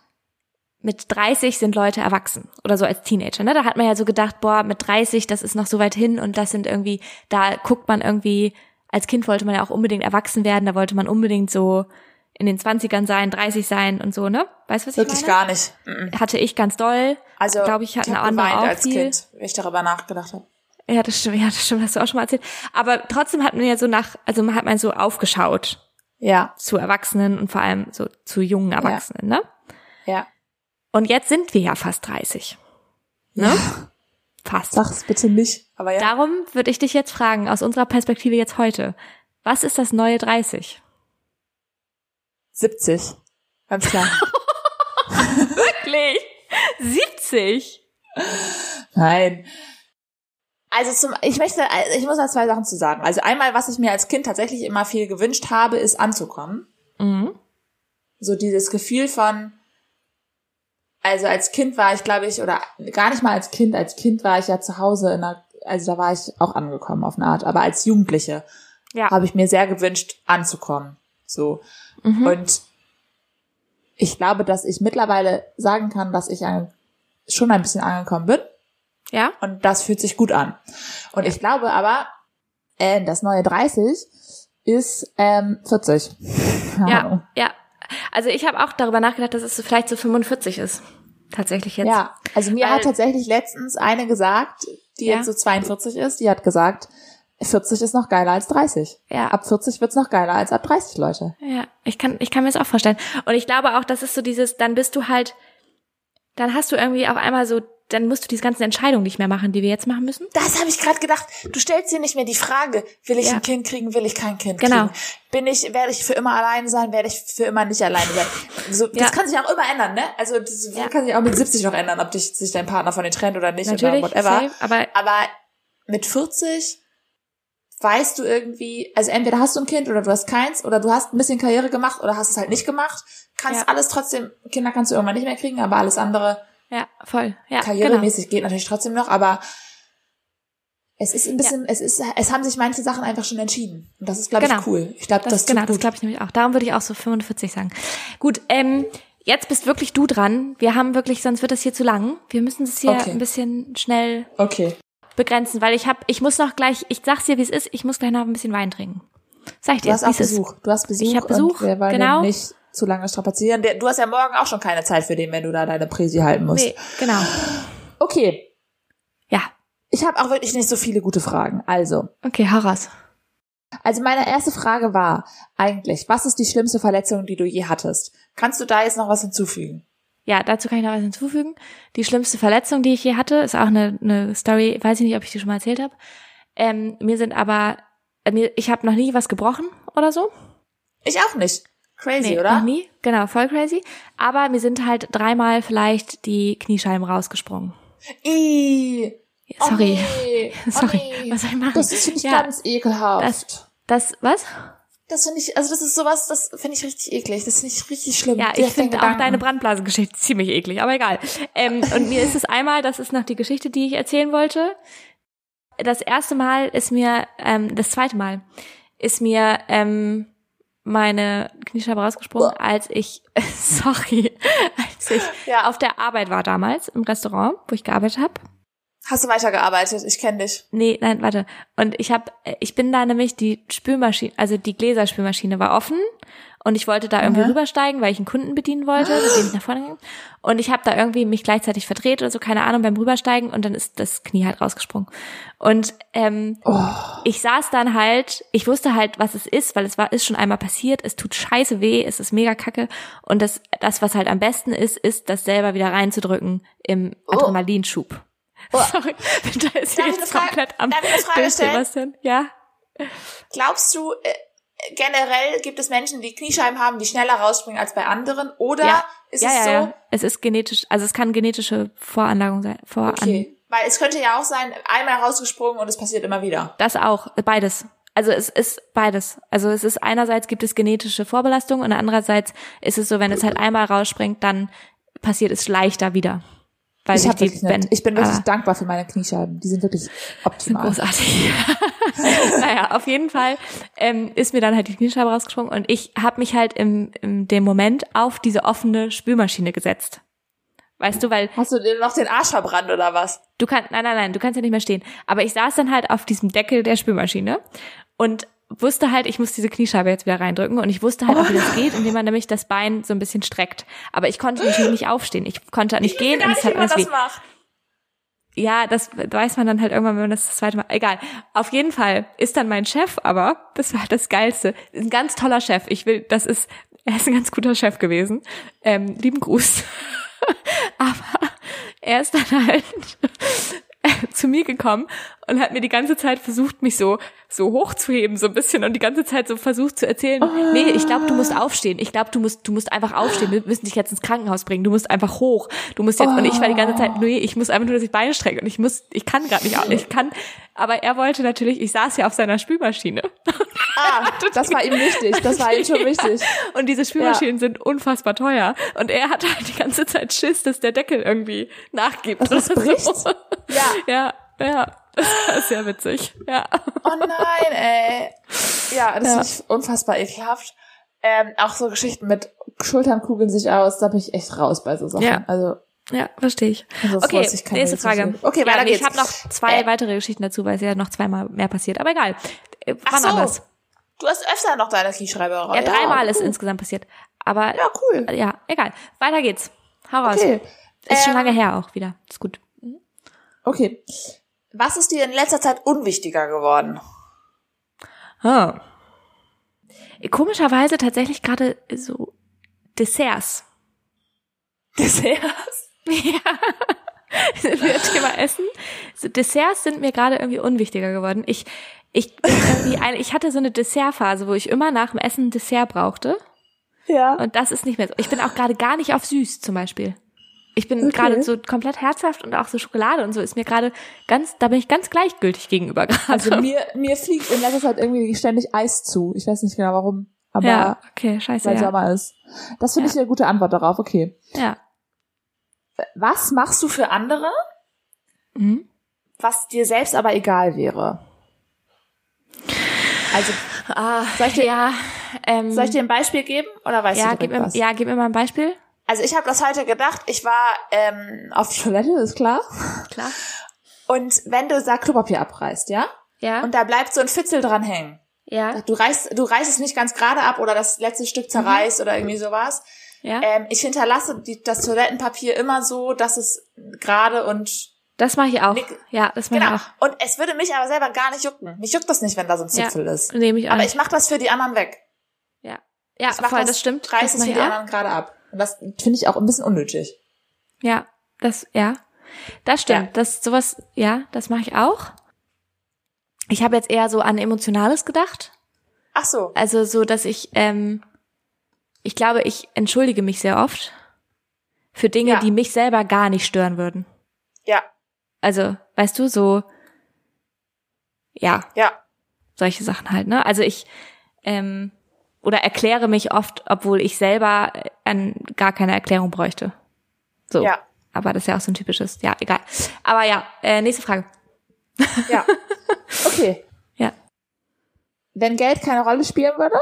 Speaker 2: mit 30 sind Leute erwachsen oder so als Teenager. Ne? Da hat man ja so gedacht, boah, mit 30, das ist noch so weit hin und das sind irgendwie, da guckt man irgendwie, als Kind wollte man ja auch unbedingt erwachsen werden, da wollte man unbedingt so in den 20ern sein, 30 sein und so, ne? Weißt du, was
Speaker 1: Wirklich
Speaker 2: ich meine?
Speaker 1: gar nicht. Mhm.
Speaker 2: hatte ich ganz doll.
Speaker 1: Also,
Speaker 2: glaube ich, hatten
Speaker 1: hab
Speaker 2: andere
Speaker 1: geweint
Speaker 2: auch
Speaker 1: als
Speaker 2: viel.
Speaker 1: Kind, wenn ich darüber nachgedacht habe.
Speaker 2: Ja, das stimmt, ja, das stimmt, hast du auch schon mal erzählt. Aber trotzdem hat man ja so nach, also man hat man so aufgeschaut
Speaker 1: Ja,
Speaker 2: zu Erwachsenen und vor allem so zu jungen Erwachsenen, ne?
Speaker 1: ja.
Speaker 2: Und jetzt sind wir ja fast 30. Ne? Fast.
Speaker 1: Sag es bitte nicht. Aber ja.
Speaker 2: Darum würde ich dich jetzt fragen, aus unserer Perspektive jetzt heute, was ist das neue 30?
Speaker 1: 70. Ganz klar.
Speaker 2: Wirklich? 70?
Speaker 1: Nein. Also zum, ich möchte, also ich muss da zwei Sachen zu sagen. Also einmal, was ich mir als Kind tatsächlich immer viel gewünscht habe, ist anzukommen.
Speaker 2: Mhm.
Speaker 1: so dieses Gefühl von, also als Kind war ich, glaube ich, oder gar nicht mal als Kind, als Kind war ich ja zu Hause in einer, also da war ich auch angekommen auf eine Art, aber als Jugendliche
Speaker 2: Ja.
Speaker 1: habe ich mir sehr gewünscht, anzukommen. So.
Speaker 2: Mhm.
Speaker 1: Und ich glaube, dass ich mittlerweile sagen kann, dass ich ein, schon ein bisschen angekommen bin
Speaker 2: Ja?
Speaker 1: und das fühlt sich gut an. Und ich glaube aber, äh, das neue 30 ist ähm, 40. Keine Ahnung.
Speaker 2: Ja, ja. Also ich habe auch darüber nachgedacht, dass es so vielleicht so 45 ist. Tatsächlich jetzt.
Speaker 1: Ja, also mir
Speaker 2: Weil-
Speaker 1: hat tatsächlich letztens eine gesagt, die
Speaker 2: Ja.
Speaker 1: jetzt so 42 ist, die hat gesagt, 40 ist noch geiler als 30.
Speaker 2: Ja.
Speaker 1: Ab 40 wird's noch geiler als ab 30, Leute.
Speaker 2: Ja, ich kann, ich kann mir das auch vorstellen. Und ich glaube auch, das ist so dieses, dann bist du halt, dann hast du irgendwie auf einmal so, dann musst du diese ganzen Entscheidungen nicht mehr machen, die wir jetzt machen müssen.
Speaker 1: Das habe ich gerade gedacht. Du stellst dir nicht mehr die Frage, will ich
Speaker 2: Ja.
Speaker 1: ein Kind kriegen, will ich kein Kind
Speaker 2: Genau.
Speaker 1: kriegen? Bin ich, werde ich für immer alleine sein, werde ich für immer nicht alleine sein? So,
Speaker 2: Ja.
Speaker 1: Das kann sich auch immer ändern, ne? Also das
Speaker 2: Ja.
Speaker 1: kann sich auch mit 70 noch ändern, ob dich, sich dein Partner von dir trennt oder nicht
Speaker 2: Natürlich,
Speaker 1: oder whatever.
Speaker 2: safe, aber
Speaker 1: Aber mit 40 weißt du irgendwie, also entweder hast du ein Kind oder du hast keins oder du hast ein bisschen Karriere gemacht oder hast es halt nicht gemacht. Kannst
Speaker 2: Ja.
Speaker 1: alles trotzdem, Kinder kannst du irgendwann nicht mehr kriegen, aber alles andere
Speaker 2: ja, voll. Ja, genau.
Speaker 1: karrieremäßig geht natürlich trotzdem noch, aber es ist ein bisschen, es ist, es haben sich manche Sachen einfach schon entschieden. Und das ist, glaube
Speaker 2: Genau.
Speaker 1: ich, cool. Ich glaube,
Speaker 2: Das,
Speaker 1: das, tut
Speaker 2: genau, das
Speaker 1: gut.
Speaker 2: glaube ich nämlich auch. Darum würde ich auch so 45 sagen. Gut, ähm, jetzt bist wirklich du dran. Wir haben wirklich, sonst wird das hier zu lang. Wir müssen es hier
Speaker 1: Okay.
Speaker 2: ein bisschen schnell
Speaker 1: okay.
Speaker 2: begrenzen, weil ich habe, ich muss noch gleich, ich sag's dir, wie es ist, ich muss gleich noch ein bisschen Wein trinken. Sag ich
Speaker 1: Du
Speaker 2: dir,
Speaker 1: hast
Speaker 2: wie
Speaker 1: auch
Speaker 2: es ist.
Speaker 1: Besuch. Du hast Besuch.
Speaker 2: Ich hab Besuch,
Speaker 1: Und wir wollen
Speaker 2: genau.
Speaker 1: den nicht zu lange strapazieren. Der- Du hast ja morgen auch schon keine Zeit für den, wenn du da deine Präsi halten musst.
Speaker 2: Nee, genau.
Speaker 1: Okay.
Speaker 2: Ja,
Speaker 1: Ich habe auch wirklich nicht so viele gute Fragen. Also,
Speaker 2: okay, hau raus.
Speaker 1: also meine erste Frage war eigentlich, was ist die schlimmste Verletzung, die du je hattest? Kannst du da jetzt noch was hinzufügen?
Speaker 2: Ja, dazu kann ich noch was hinzufügen. Die schlimmste Verletzung, die ich je hatte, ist auch eine, eine Story, weiß ich nicht, ob ich die schon mal erzählt habe. Ähm, mir sind aber, äh, mir, ich habe noch nie was gebrochen oder so.
Speaker 1: Ich auch nicht. Crazy,
Speaker 2: Noch
Speaker 1: oder?
Speaker 2: nie, genau, voll crazy. Aber mir sind halt dreimal vielleicht die Kniescheiben rausgesprungen.
Speaker 1: Ih, oh
Speaker 2: Sorry.
Speaker 1: nee, oh
Speaker 2: Sorry,
Speaker 1: nee.
Speaker 2: was soll ich machen?
Speaker 1: Das ist finde ich
Speaker 2: ja,
Speaker 1: ganz ekelhaft.
Speaker 2: Das-
Speaker 1: Das,
Speaker 2: das, was?
Speaker 1: finde ich, also das ist sowas, das finde ich richtig eklig. Das finde ich richtig schlimm.
Speaker 2: Ja,
Speaker 1: Direkt
Speaker 2: ich
Speaker 1: den
Speaker 2: finde auch
Speaker 1: Gedanken.
Speaker 2: deine Brandblasengeschichte ziemlich eklig, aber egal. Ähm, und mir ist es einmal, das ist noch die Geschichte, die ich erzählen wollte. Das erste Mal ist mir, ähm, das zweite Mal ist mir ähm, meine Kniescheibe rausgesprungen, als ich, sorry, als ich
Speaker 1: Ja.
Speaker 2: auf der Arbeit war damals im Restaurant, wo ich gearbeitet habe.
Speaker 1: Hast du weitergearbeitet? Ich kenne dich.
Speaker 2: Nee, nein, warte. Und ich habe, ich bin da nämlich die Spülmaschine, also die Gläserspülmaschine war offen und ich wollte da irgendwie
Speaker 1: Mhm.
Speaker 2: rübersteigen, weil ich einen Kunden bedienen wollte, mit dem ich nach vorne ging. Und ich habe da irgendwie mich gleichzeitig verdreht oder so, keine Ahnung, beim Rübersteigen und dann ist das Knie halt rausgesprungen. Und ähm, ich saß dann halt, ich wusste halt, was es ist, weil es war, ist schon einmal passiert, es tut scheiße weh, es ist mega kacke. Und das, das, was halt am besten ist, ist, das selber wieder reinzudrücken im Adrenalinschub. Sorry, da ist
Speaker 1: Oh. Darf ich
Speaker 2: jetzt
Speaker 1: eine Frage-
Speaker 2: komplett am
Speaker 1: darf ich eine Frage
Speaker 2: Bild,
Speaker 1: stellen?
Speaker 2: Sebastian. Ja.
Speaker 1: Glaubst du, äh, generell gibt es Menschen, die Kniescheiben haben, die schneller rausspringen als bei anderen? Oder
Speaker 2: ja.
Speaker 1: ist
Speaker 2: ja,
Speaker 1: es
Speaker 2: ja,
Speaker 1: so,
Speaker 2: ja. Es ist genetisch, also es kann genetische Voranlagung sein. Voran
Speaker 1: Okay. Weil es könnte ja auch sein, einmal rausgesprungen und es passiert immer wieder.
Speaker 2: Das auch, beides. Also es ist beides. Also es ist einerseits gibt es genetische Vorbelastung und andererseits ist es so, wenn es halt einmal rausspringt, dann passiert es leichter wieder. Weil
Speaker 1: Ich,
Speaker 2: sich
Speaker 1: hab
Speaker 2: die
Speaker 1: wirklich nicht.
Speaker 2: Ben-
Speaker 1: ich bin wirklich
Speaker 2: Ah.
Speaker 1: dankbar für meine Kniescheiben. Die sind wirklich optimal.
Speaker 2: Großartig. naja, auf jeden Fall ähm, ist mir dann halt die Kniescheibe rausgesprungen und ich habe mich halt im, im dem Moment auf diese offene Spülmaschine gesetzt. Weißt du, weil
Speaker 1: Hast du dir noch den Arsch verbrannt oder was?
Speaker 2: du kannst, nein, nein, nein, du kannst ja nicht mehr stehen. Aber ich saß dann halt auf diesem Deckel der Spülmaschine und wusste halt, ich muss diese Kniescheibe jetzt wieder reindrücken und ich wusste halt auch, wie
Speaker 1: Oh.
Speaker 2: das geht, indem man nämlich das Bein so ein bisschen streckt. Aber ich konnte natürlich nicht aufstehen. Ich konnte halt nicht
Speaker 1: Ich
Speaker 2: gehen
Speaker 1: weiß
Speaker 2: und es
Speaker 1: gar
Speaker 2: hat
Speaker 1: nicht, wie man
Speaker 2: alles weh.
Speaker 1: das macht.
Speaker 2: Ja, das weiß man dann halt irgendwann, wenn man das das zweite Mal. Egal. Auf jeden Fall ist dann mein Chef, aber das war das Geilste. Ein ganz toller Chef. Ich will, das ist, er ist ein ganz guter Chef gewesen. Ähm, lieben Gruß. aber er ist dann halt zu mir gekommen und hat mir die ganze Zeit versucht, mich so so hochzuheben, so ein bisschen und die ganze Zeit so versucht zu erzählen, nee, ich glaube, du musst aufstehen. Ich glaube, du musst du musst einfach aufstehen. Wir müssen dich jetzt ins Krankenhaus bringen. Du musst einfach hoch. Du musst jetzt und ich war die ganze Zeit, nee, ich muss einfach nur, dass ich Beine strecke und ich muss ich kann gerade nicht, au- ich kann aber er wollte natürlich, ich saß ja auf seiner Spülmaschine.
Speaker 1: Ah, das war ihm wichtig. Das war ihm schon wichtig.
Speaker 2: Und diese Spülmaschinen sind unfassbar teuer. Und er hatte halt die ganze Zeit Schiss, dass der Deckel irgendwie nachgibt.
Speaker 1: Dass Also es
Speaker 2: oder so.
Speaker 1: bricht? Ja.
Speaker 2: Ja, ja. Das war sehr witzig. Ja.
Speaker 1: Oh nein, ey. Ja, das
Speaker 2: Ja.
Speaker 1: ist unfassbar ekelhaft. Ähm, auch so Geschichten mit Schultern kugeln sich aus, da bin ich echt raus bei so Sachen.
Speaker 2: Ja.
Speaker 1: Also,
Speaker 2: Ja, verstehe ich.
Speaker 1: Also, das
Speaker 2: okay,
Speaker 1: weiß ich keine
Speaker 2: nächste
Speaker 1: Geschichte.
Speaker 2: Frage.
Speaker 1: Okay,
Speaker 2: ja,
Speaker 1: weiter
Speaker 2: nee, Ich
Speaker 1: geht's.
Speaker 2: habe noch zwei
Speaker 1: Äh.
Speaker 2: weitere Geschichten dazu, weil es ja noch zweimal mehr passiert. Aber egal. Äh,
Speaker 1: Ach
Speaker 2: Wann
Speaker 1: so. Oh,
Speaker 2: anders.
Speaker 1: du hast öfter noch deine Knieschreiber.
Speaker 2: Ja, dreimal ist insgesamt passiert. Aber
Speaker 1: Ja, cool.
Speaker 2: ja. egal. Weiter geht's. Hau raus.
Speaker 1: Okay.
Speaker 2: Ist schon
Speaker 1: Ähm,
Speaker 2: lange her auch wieder. Ist gut.
Speaker 1: Okay. Was ist dir in letzter Zeit unwichtiger geworden?
Speaker 2: Oh. Komischerweise tatsächlich gerade so Desserts.
Speaker 1: Desserts?
Speaker 2: Ja. Sind wir Thema Essen. So, Desserts sind mir gerade irgendwie unwichtiger geworden. Ich, ich bin irgendwie ein, ich hatte so eine Dessertphase, wo ich immer nach dem Essen ein Dessert brauchte.
Speaker 1: Ja.
Speaker 2: Und das ist nicht mehr so. Ich bin auch gerade gar nicht auf süß zum Beispiel. Ich bin
Speaker 1: Okay.
Speaker 2: gerade so komplett herzhaft und auch so Schokolade und so ist mir gerade ganz, da bin ich ganz gleichgültig gegenüber gerade.
Speaker 1: Also mir, mir fliegt in letzter Zeit irgendwie ständig Eis zu. Ich weiß nicht genau warum, aber
Speaker 2: ja, okay, scheiße.
Speaker 1: weil
Speaker 2: Ja.
Speaker 1: Sommer ist. Das finde ich eine gute Antwort darauf. Okay.
Speaker 2: ja.
Speaker 1: Was machst du für andere,
Speaker 2: Mhm.
Speaker 1: was dir selbst aber egal wäre? Also,
Speaker 2: Ah,
Speaker 1: Soll ich dir-
Speaker 2: ja, ähm,
Speaker 1: soll ich dir ein Beispiel geben oder weißt
Speaker 2: ja,
Speaker 1: du
Speaker 2: gib
Speaker 1: direkt
Speaker 2: mir,
Speaker 1: was?
Speaker 2: ja, gib mir mal ein Beispiel.
Speaker 1: Also ich habe das heute gedacht. Ich war ähm, auf die Toilette, ist klar.
Speaker 2: Klar.
Speaker 1: Und wenn du da Klopapier abreißt, ja,
Speaker 2: Ja.
Speaker 1: und da bleibt so ein Fitzel dran hängen.
Speaker 2: ja.
Speaker 1: Du reißt, du reißt es nicht ganz gerade ab oder das letzte Stück zerreißt oder irgendwie sowas.
Speaker 2: Mhm. Ja.
Speaker 1: Ähm, ich hinterlasse die, das Toilettenpapier immer so, dass es gerade und
Speaker 2: Das mache ich auch.
Speaker 1: Nick-
Speaker 2: ja, das mache
Speaker 1: genau.
Speaker 2: ich auch.
Speaker 1: Und es würde mich aber selber gar nicht jucken. Mich juckt das nicht, wenn da so ein Zipfel ist.
Speaker 2: Nehme ich auch.
Speaker 1: Aber
Speaker 2: nicht.
Speaker 1: ich mache das für die anderen weg.
Speaker 2: ja, ja
Speaker 1: Ich mach
Speaker 2: voll, das, stimmt.
Speaker 1: Reiß
Speaker 2: das
Speaker 1: es
Speaker 2: mache
Speaker 1: für
Speaker 2: ich
Speaker 1: die
Speaker 2: auch.
Speaker 1: anderen gerade ab. Und das finde ich auch ein bisschen unnötig.
Speaker 2: Ja, das, ja. Das stimmt.
Speaker 1: Ja.
Speaker 2: Das sowas, ja, das mache ich auch. Ich habe jetzt eher so an Emotionales gedacht.
Speaker 1: Ach so.
Speaker 2: Also so, dass ich, ähm, ich glaube, ich entschuldige mich sehr oft für Dinge,
Speaker 1: Ja.
Speaker 2: die mich selber gar nicht stören würden.
Speaker 1: Ja,
Speaker 2: Also, weißt du, so, ja,
Speaker 1: ja.
Speaker 2: solche Sachen halt, ne? Also ich, ähm, oder erkläre mich oft, obwohl ich selber äh, an gar keine Erklärung bräuchte. So.
Speaker 1: Ja.
Speaker 2: Aber das ist ja auch so ein typisches, ja, egal. Aber ja, äh, nächste Frage.
Speaker 1: Ja. Okay.
Speaker 2: Ja.
Speaker 1: Wenn Geld keine Rolle spielen würde,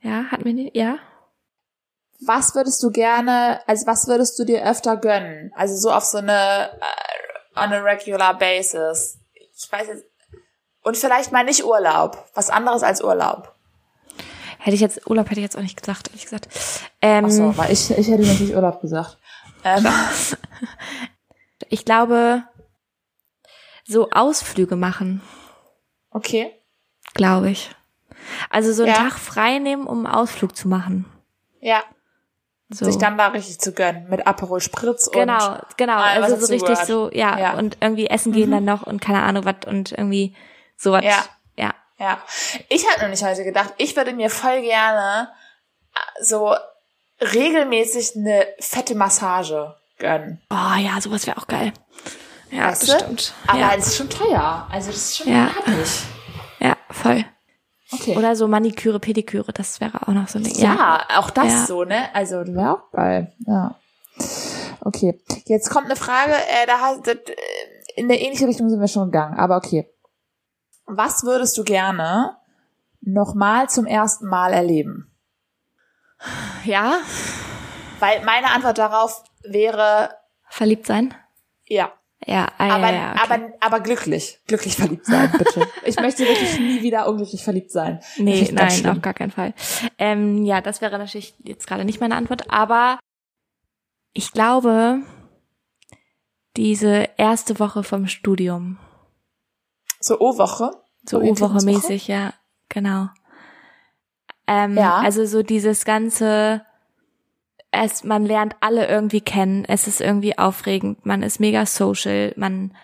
Speaker 2: Ja, hat mir nicht, ja.
Speaker 1: was würdest du gerne, also was würdest du dir öfter gönnen? Also so auf so eine äh, on a regular basis. Ich weiß jetzt. Und vielleicht mal nicht Urlaub. Was anderes als Urlaub.
Speaker 2: Hätte ich jetzt, Urlaub hätte ich jetzt auch nicht gesagt, ehrlich gesagt. Ähm,
Speaker 1: Ach so, weil ich, ich hätte natürlich Urlaub gesagt. Ähm,
Speaker 2: Ich glaube, so Ausflüge machen,
Speaker 1: okay.
Speaker 2: glaube ich. Also so einen
Speaker 1: Ja.
Speaker 2: Tag frei nehmen, um einen Ausflug zu machen.
Speaker 1: Ja.
Speaker 2: So.
Speaker 1: Sich dann mal richtig zu gönnen. Mit Aperol Spritz
Speaker 2: Genau,
Speaker 1: und.
Speaker 2: genau.
Speaker 1: Ah, was
Speaker 2: also
Speaker 1: hast
Speaker 2: so
Speaker 1: du
Speaker 2: richtig
Speaker 1: gehört?
Speaker 2: so, ja,
Speaker 1: Ja. Mhm.
Speaker 2: Und irgendwie essen gehen dann noch und keine Ahnung was und irgendwie sowas.
Speaker 1: Ja.
Speaker 2: Ja.
Speaker 1: Ja. Ich habe nämlich heute gedacht, ich würde mir voll gerne äh, so regelmäßig eine fette Massage gönnen.
Speaker 2: Oh ja, sowas wäre auch geil. Ja,
Speaker 1: Weißt
Speaker 2: das
Speaker 1: du?
Speaker 2: stimmt.
Speaker 1: Aber halt
Speaker 2: Ja.
Speaker 1: das ist schon teuer. Also das ist schon
Speaker 2: Ja.
Speaker 1: happig.
Speaker 2: ja, voll.
Speaker 1: Okay.
Speaker 2: Oder so Maniküre, Pediküre, das wäre auch noch so ein Ding.
Speaker 1: ja, auch das
Speaker 2: Ja.
Speaker 1: so, ne? Also, das wäre auch geil. Ja. Okay. Jetzt kommt eine Frage, äh, da hast, das, äh, in eine ähnliche Richtung sind wir schon gegangen, aber okay. Was würdest du gerne nochmal zum ersten Mal erleben?
Speaker 2: Ja,
Speaker 1: Weil meine Antwort darauf wäre,
Speaker 2: verliebt sein.
Speaker 1: ja.
Speaker 2: Ja, ah, ja,
Speaker 1: Aber,
Speaker 2: ja, okay.
Speaker 1: aber, aber glücklich. Glücklich verliebt sein, bitte. ich möchte wirklich nie wieder unglücklich verliebt sein. Finde
Speaker 2: Nee,
Speaker 1: ich
Speaker 2: nein,
Speaker 1: ganz schlimm.
Speaker 2: auf gar keinen Fall. Ähm, ja, das wäre natürlich jetzt gerade nicht meine Antwort, aber ich glaube, diese erste Woche vom Studium,
Speaker 1: So O-Woche.
Speaker 2: so
Speaker 1: Orientierungswoche?
Speaker 2: U-Woche mäßig, ja, genau. Ähm,
Speaker 1: Ja.
Speaker 2: Also so dieses ganze, es, man lernt alle irgendwie kennen, es ist irgendwie aufregend, man ist mega social, man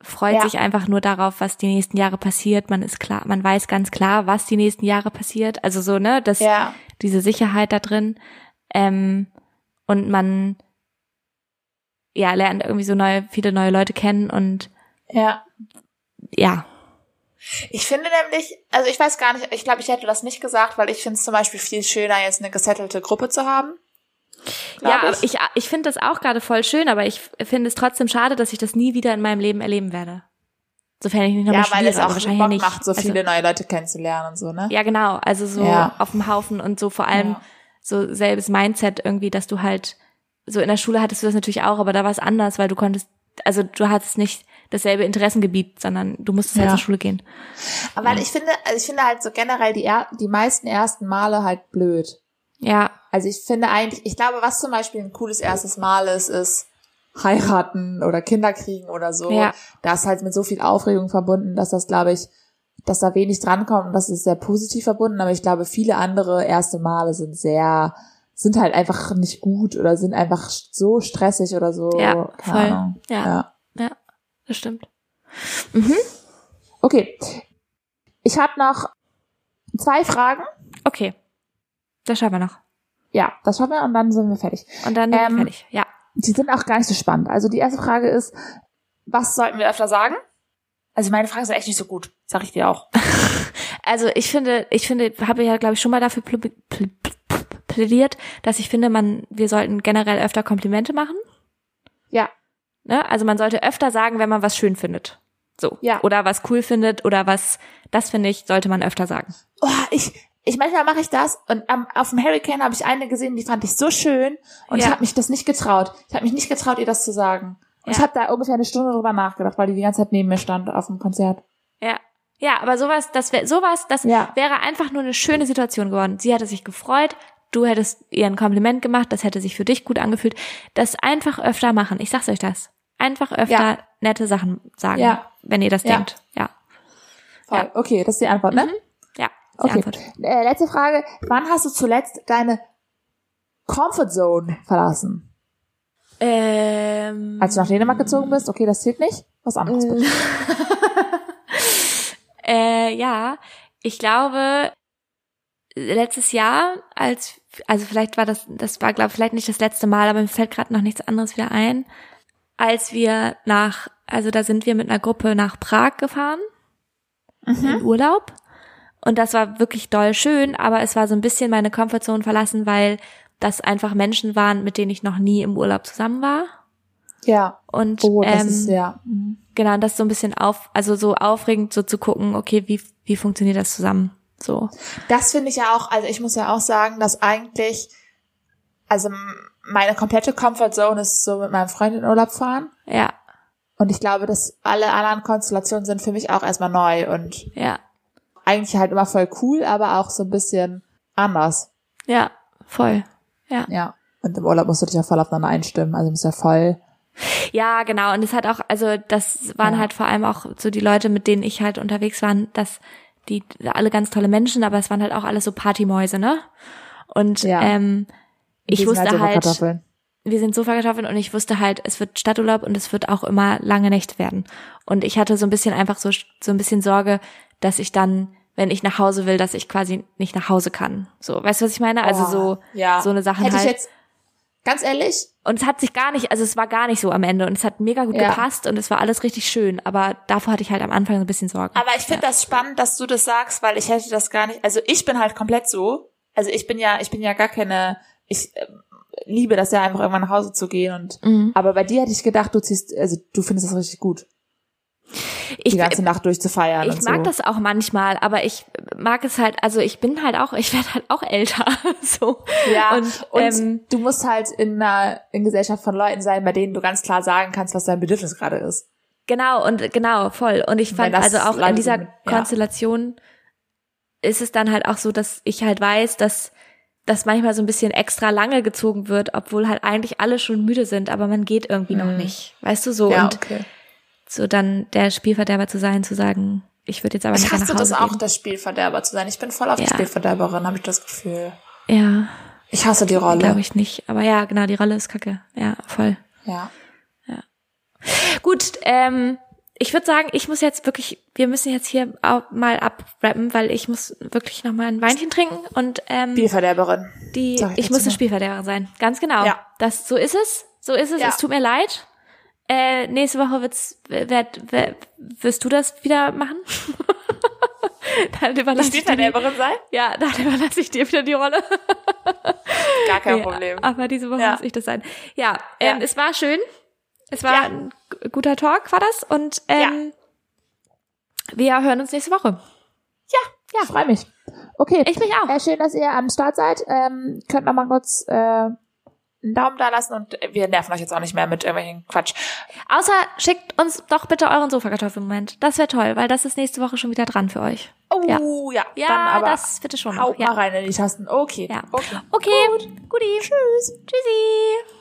Speaker 2: freut
Speaker 1: Ja.
Speaker 2: sich einfach nur darauf, was die nächsten Jahre passiert, man ist klar, man weiß ganz klar, was die nächsten Jahre passiert, also so, ne, das,
Speaker 1: Ja.
Speaker 2: diese Sicherheit da drin. Ähm, und man ja lernt irgendwie so neue, viele neue Leute kennen und
Speaker 1: Ja.
Speaker 2: ja.
Speaker 1: Ich finde nämlich, also ich weiß gar nicht, ich glaube, ich hätte das nicht gesagt, weil ich finde es zum Beispiel viel schöner, jetzt eine gesettelte Gruppe zu haben. Glaub
Speaker 2: ja, aber ich, ich finde das auch gerade voll schön, aber ich finde es trotzdem schade, dass ich das nie wieder in meinem Leben erleben werde. Sofern ich nicht nochmal
Speaker 1: ja, weil es
Speaker 2: studiere, aber
Speaker 1: auch
Speaker 2: wahrscheinlich
Speaker 1: Bock
Speaker 2: nicht.
Speaker 1: macht, so viele neue Leute kennenzulernen und so, ne?
Speaker 2: Also, ja, genau, also so
Speaker 1: Ja.
Speaker 2: auf dem Haufen und so vor allem
Speaker 1: Ja.
Speaker 2: so selbes Mindset irgendwie, dass du halt so in der Schule hattest du das natürlich auch, aber da war es anders, weil du konntest, also du hattest nicht dasselbe Interessengebiet, sondern du musstest halt
Speaker 1: Ja.
Speaker 2: zur Schule gehen.
Speaker 1: Aber weil ich finde, also ich finde halt so generell die, er die meisten ersten Male halt blöd.
Speaker 2: Ja,
Speaker 1: Also ich finde eigentlich, ich glaube, was zum Beispiel ein cooles erstes Mal ist, ist heiraten oder Kinder kriegen oder so.
Speaker 2: Ja.
Speaker 1: Da ist halt mit so viel Aufregung verbunden, dass das, glaube ich, dass da wenig drankommt und das ist sehr positiv verbunden. Aber ich glaube, viele andere erste Male sind sehr, sind halt einfach nicht gut oder sind einfach so stressig oder so.
Speaker 2: Ja,
Speaker 1: Keine
Speaker 2: voll.
Speaker 1: Ahnung.
Speaker 2: Ja.
Speaker 1: ja.
Speaker 2: das stimmt.
Speaker 1: Okay. Ich habe noch zwei Fragen.
Speaker 2: Okay. Das schaffen wir noch.
Speaker 1: Ja, das schaffen wir und dann sind wir fertig.
Speaker 2: Und dann bin ich
Speaker 1: Ähm,
Speaker 2: fertig. Ja.
Speaker 1: Die sind auch gar nicht so spannend. Also die erste Frage ist, was sollten wir öfter sagen? Also meine Fragen sind echt nicht so gut, sag ich dir auch.
Speaker 2: Also ich finde, ich finde, habe ja, glaube ich, schon mal dafür pl pl pl plädiert, dass ich finde, man, wir sollten generell öfter Komplimente machen.
Speaker 1: Ja.
Speaker 2: Ne? Also man sollte öfter sagen, wenn man was schön findet. So.
Speaker 1: Ja.
Speaker 2: Oder was cool findet oder was, das finde ich, sollte man öfter sagen.
Speaker 1: Oh, ich, ich manchmal mache ich das und am, auf dem Hurricane habe ich eine gesehen, die fand ich so schön und
Speaker 2: Ja.
Speaker 1: ich habe mich das nicht getraut. Ich habe mich nicht getraut, ihr das zu sagen. Und
Speaker 2: Ja.
Speaker 1: ich habe da ungefähr eine Stunde drüber nachgedacht, weil die die ganze Zeit neben mir stand auf dem Konzert.
Speaker 2: Ja. Ja, aber sowas, das wäre sowas, das
Speaker 1: Ja.
Speaker 2: wäre einfach nur eine schöne Situation geworden. Sie hätte sich gefreut, du hättest ihr ein Kompliment gemacht, das hätte sich für dich gut angefühlt. Das einfach öfter machen. Ich sag's euch das. Einfach öfter
Speaker 1: Ja.
Speaker 2: nette Sachen sagen,
Speaker 1: Ja.
Speaker 2: wenn ihr das
Speaker 1: Ja.
Speaker 2: denkt. Ja.
Speaker 1: Voll.
Speaker 2: Ja.
Speaker 1: Okay, das ist die Antwort, ne?
Speaker 2: Ja. Die
Speaker 1: Okay.
Speaker 2: Antwort.
Speaker 1: Äh, letzte Frage. Wann hast du zuletzt deine Comfort Zone verlassen?
Speaker 2: Ähm,
Speaker 1: Als du Also nach Dänemark gezogen bist? Okay, das zählt nicht. Was anderes. bitte.
Speaker 2: Äh, ja, ich glaube, letztes Jahr, als, also vielleicht war das, das war, glaube ich, vielleicht nicht das letzte Mal, aber mir fällt gerade noch nichts anderes wieder ein, als wir nach, also da sind wir mit einer Gruppe nach Prag gefahren,
Speaker 1: Mhm.
Speaker 2: in Urlaub. Und das war wirklich doll schön, aber es war so ein bisschen meine Comfortzone verlassen, weil das einfach Menschen waren, mit denen ich noch nie im Urlaub zusammen war.
Speaker 1: Ja.
Speaker 2: Und
Speaker 1: Oh, das
Speaker 2: ähm,
Speaker 1: ist ja. mhm.
Speaker 2: genau, und das so ein bisschen auf, also so aufregend, so zu gucken, okay, wie, wie funktioniert das zusammen? So.
Speaker 1: Das finde ich ja auch, also ich muss ja auch sagen, dass eigentlich, also m- meine komplette Comfort Zone ist so mit meinem Freund in Urlaub fahren.
Speaker 2: Ja,
Speaker 1: Und ich glaube, dass alle anderen Konstellationen sind für mich auch erstmal neu und
Speaker 2: ja,
Speaker 1: eigentlich halt immer voll cool, aber auch so ein bisschen anders.
Speaker 2: ja, voll.
Speaker 1: Ja. Und im Urlaub musst du dich ja voll aufeinander einstimmen. Also du bist ja voll.
Speaker 2: Ja, genau. Und es hat auch, also das waren
Speaker 1: Ja.
Speaker 2: halt vor allem auch so die Leute, mit denen ich halt unterwegs war, dass die alle ganz tolle Menschen, aber es waren halt auch alles so Partymäuse, ne? Und
Speaker 1: Ja.
Speaker 2: ähm, ich
Speaker 1: die sind
Speaker 2: wusste
Speaker 1: so
Speaker 2: halt,
Speaker 1: Kartoffeln.
Speaker 2: wir sind Sofakartoffeln und ich wusste halt, es wird Stadturlaub und es wird auch immer lange Nächte werden. Und ich hatte so ein bisschen einfach so, so ein bisschen Sorge, dass ich dann, wenn ich nach Hause will, dass ich quasi nicht nach Hause kann. So, weißt du, was ich meine? Also
Speaker 1: Boah,
Speaker 2: so, so eine Sache
Speaker 1: Hätte
Speaker 2: halt.
Speaker 1: ich jetzt, Ganz ehrlich,
Speaker 2: Und es hat sich gar nicht, also es war gar nicht so am Ende und es hat mega gut
Speaker 1: Ja.
Speaker 2: gepasst und es war alles richtig schön, aber davor hatte ich halt am Anfang so ein bisschen Sorgen.
Speaker 1: Aber ich finde das spannend, dass du das sagst, weil ich hätte das gar nicht. Also ich bin halt komplett so. Also ich bin ja, ich bin ja gar keine. Ich ähm, liebe das ja einfach irgendwann nach Hause zu gehen und.
Speaker 2: Mhm.
Speaker 1: Aber bei dir hätte ich gedacht, du ziehst, also du findest das richtig gut, die
Speaker 2: ich, äh,
Speaker 1: ganze Nacht durchzufeiern.
Speaker 2: ich
Speaker 1: und
Speaker 2: mag
Speaker 1: so.
Speaker 2: das auch manchmal, aber ich mag es halt, also ich bin halt auch, ich werde halt auch älter, so.
Speaker 1: Ja.
Speaker 2: Und,
Speaker 1: Und,
Speaker 2: ähm,
Speaker 1: du musst halt in einer in Gesellschaft von Leuten sein, bei denen du ganz klar sagen kannst, was dein Bedürfnis gerade ist.
Speaker 2: Genau, und genau, voll. Und ich
Speaker 1: Wenn
Speaker 2: fand
Speaker 1: das
Speaker 2: also auch in
Speaker 1: Leute
Speaker 2: dieser
Speaker 1: sind, ja.
Speaker 2: Konstellation ist es dann halt auch so, dass ich halt weiß, dass das manchmal so ein bisschen extra lange gezogen wird, obwohl halt eigentlich alle schon müde sind, aber man geht irgendwie noch
Speaker 1: Mhm.
Speaker 2: nicht. Weißt du so? und
Speaker 1: okay.
Speaker 2: so dann der Spielverderber zu sein, zu sagen, ich würde jetzt aber
Speaker 1: Ich
Speaker 2: nicht mehr
Speaker 1: hasse
Speaker 2: nach Hause
Speaker 1: das auch,
Speaker 2: gehen.
Speaker 1: das Spielverderber zu sein. Ich bin voll auf
Speaker 2: Ja.
Speaker 1: die Spielverderberin, habe ich das Gefühl.
Speaker 2: Ja,
Speaker 1: Ich hasse die Rolle.
Speaker 2: glaube ich nicht. Aber ja, genau, die Rolle ist kacke. Ja, voll.
Speaker 1: Ja.
Speaker 2: Gut, ähm, ich würde sagen, ich muss jetzt wirklich, wir müssen jetzt hier auch mal abrappen, weil ich muss wirklich noch mal ein Weinchen trinken und ähm,
Speaker 1: Spielverderberin.
Speaker 2: die,
Speaker 1: Sag ich
Speaker 2: ich muss
Speaker 1: dazu
Speaker 2: eine
Speaker 1: noch.
Speaker 2: Spielverderberin sein. Ganz genau.
Speaker 1: Ja.
Speaker 2: Das, so ist es. So ist es.
Speaker 1: Ja.
Speaker 2: Es tut mir leid. Äh, nächste Woche wird's, werd, werd, wirst du das wieder machen? dann überlasse ich dir die,
Speaker 1: Spielverderberin sein?
Speaker 2: ja, dann überlasse ich dir wieder die Rolle.
Speaker 1: Gar kein
Speaker 2: Ja,
Speaker 1: Problem.
Speaker 2: Aber diese Woche
Speaker 1: Ja.
Speaker 2: muss ich das sein. Ja, ähm,
Speaker 1: Ja.
Speaker 2: es war schön. Es war
Speaker 1: Ja.
Speaker 2: ein g- guter Talk, war das. Und ähm, wir hören uns nächste Woche.
Speaker 1: Ja, freue mich. Okay,
Speaker 2: Ich mich auch.
Speaker 1: äh, schön, dass ihr am Start seid. Ähm, könnt noch mal kurz äh, einen Daumen da lassen und äh, wir nerven euch jetzt auch nicht mehr mit irgendwelchen Quatsch.
Speaker 2: Außer schickt uns doch bitte euren Sofakartoffelmoment. Das wäre toll, weil das ist nächste Woche schon wieder dran für euch.
Speaker 1: Oh, ja.
Speaker 2: Ja,
Speaker 1: dann aber
Speaker 2: das bitte schon.
Speaker 1: haut
Speaker 2: noch. Ja.
Speaker 1: mal rein in die Tasten. Okay.
Speaker 2: Ja.
Speaker 1: okay.
Speaker 2: Okay, Guti. Tschüss. Tschüssi.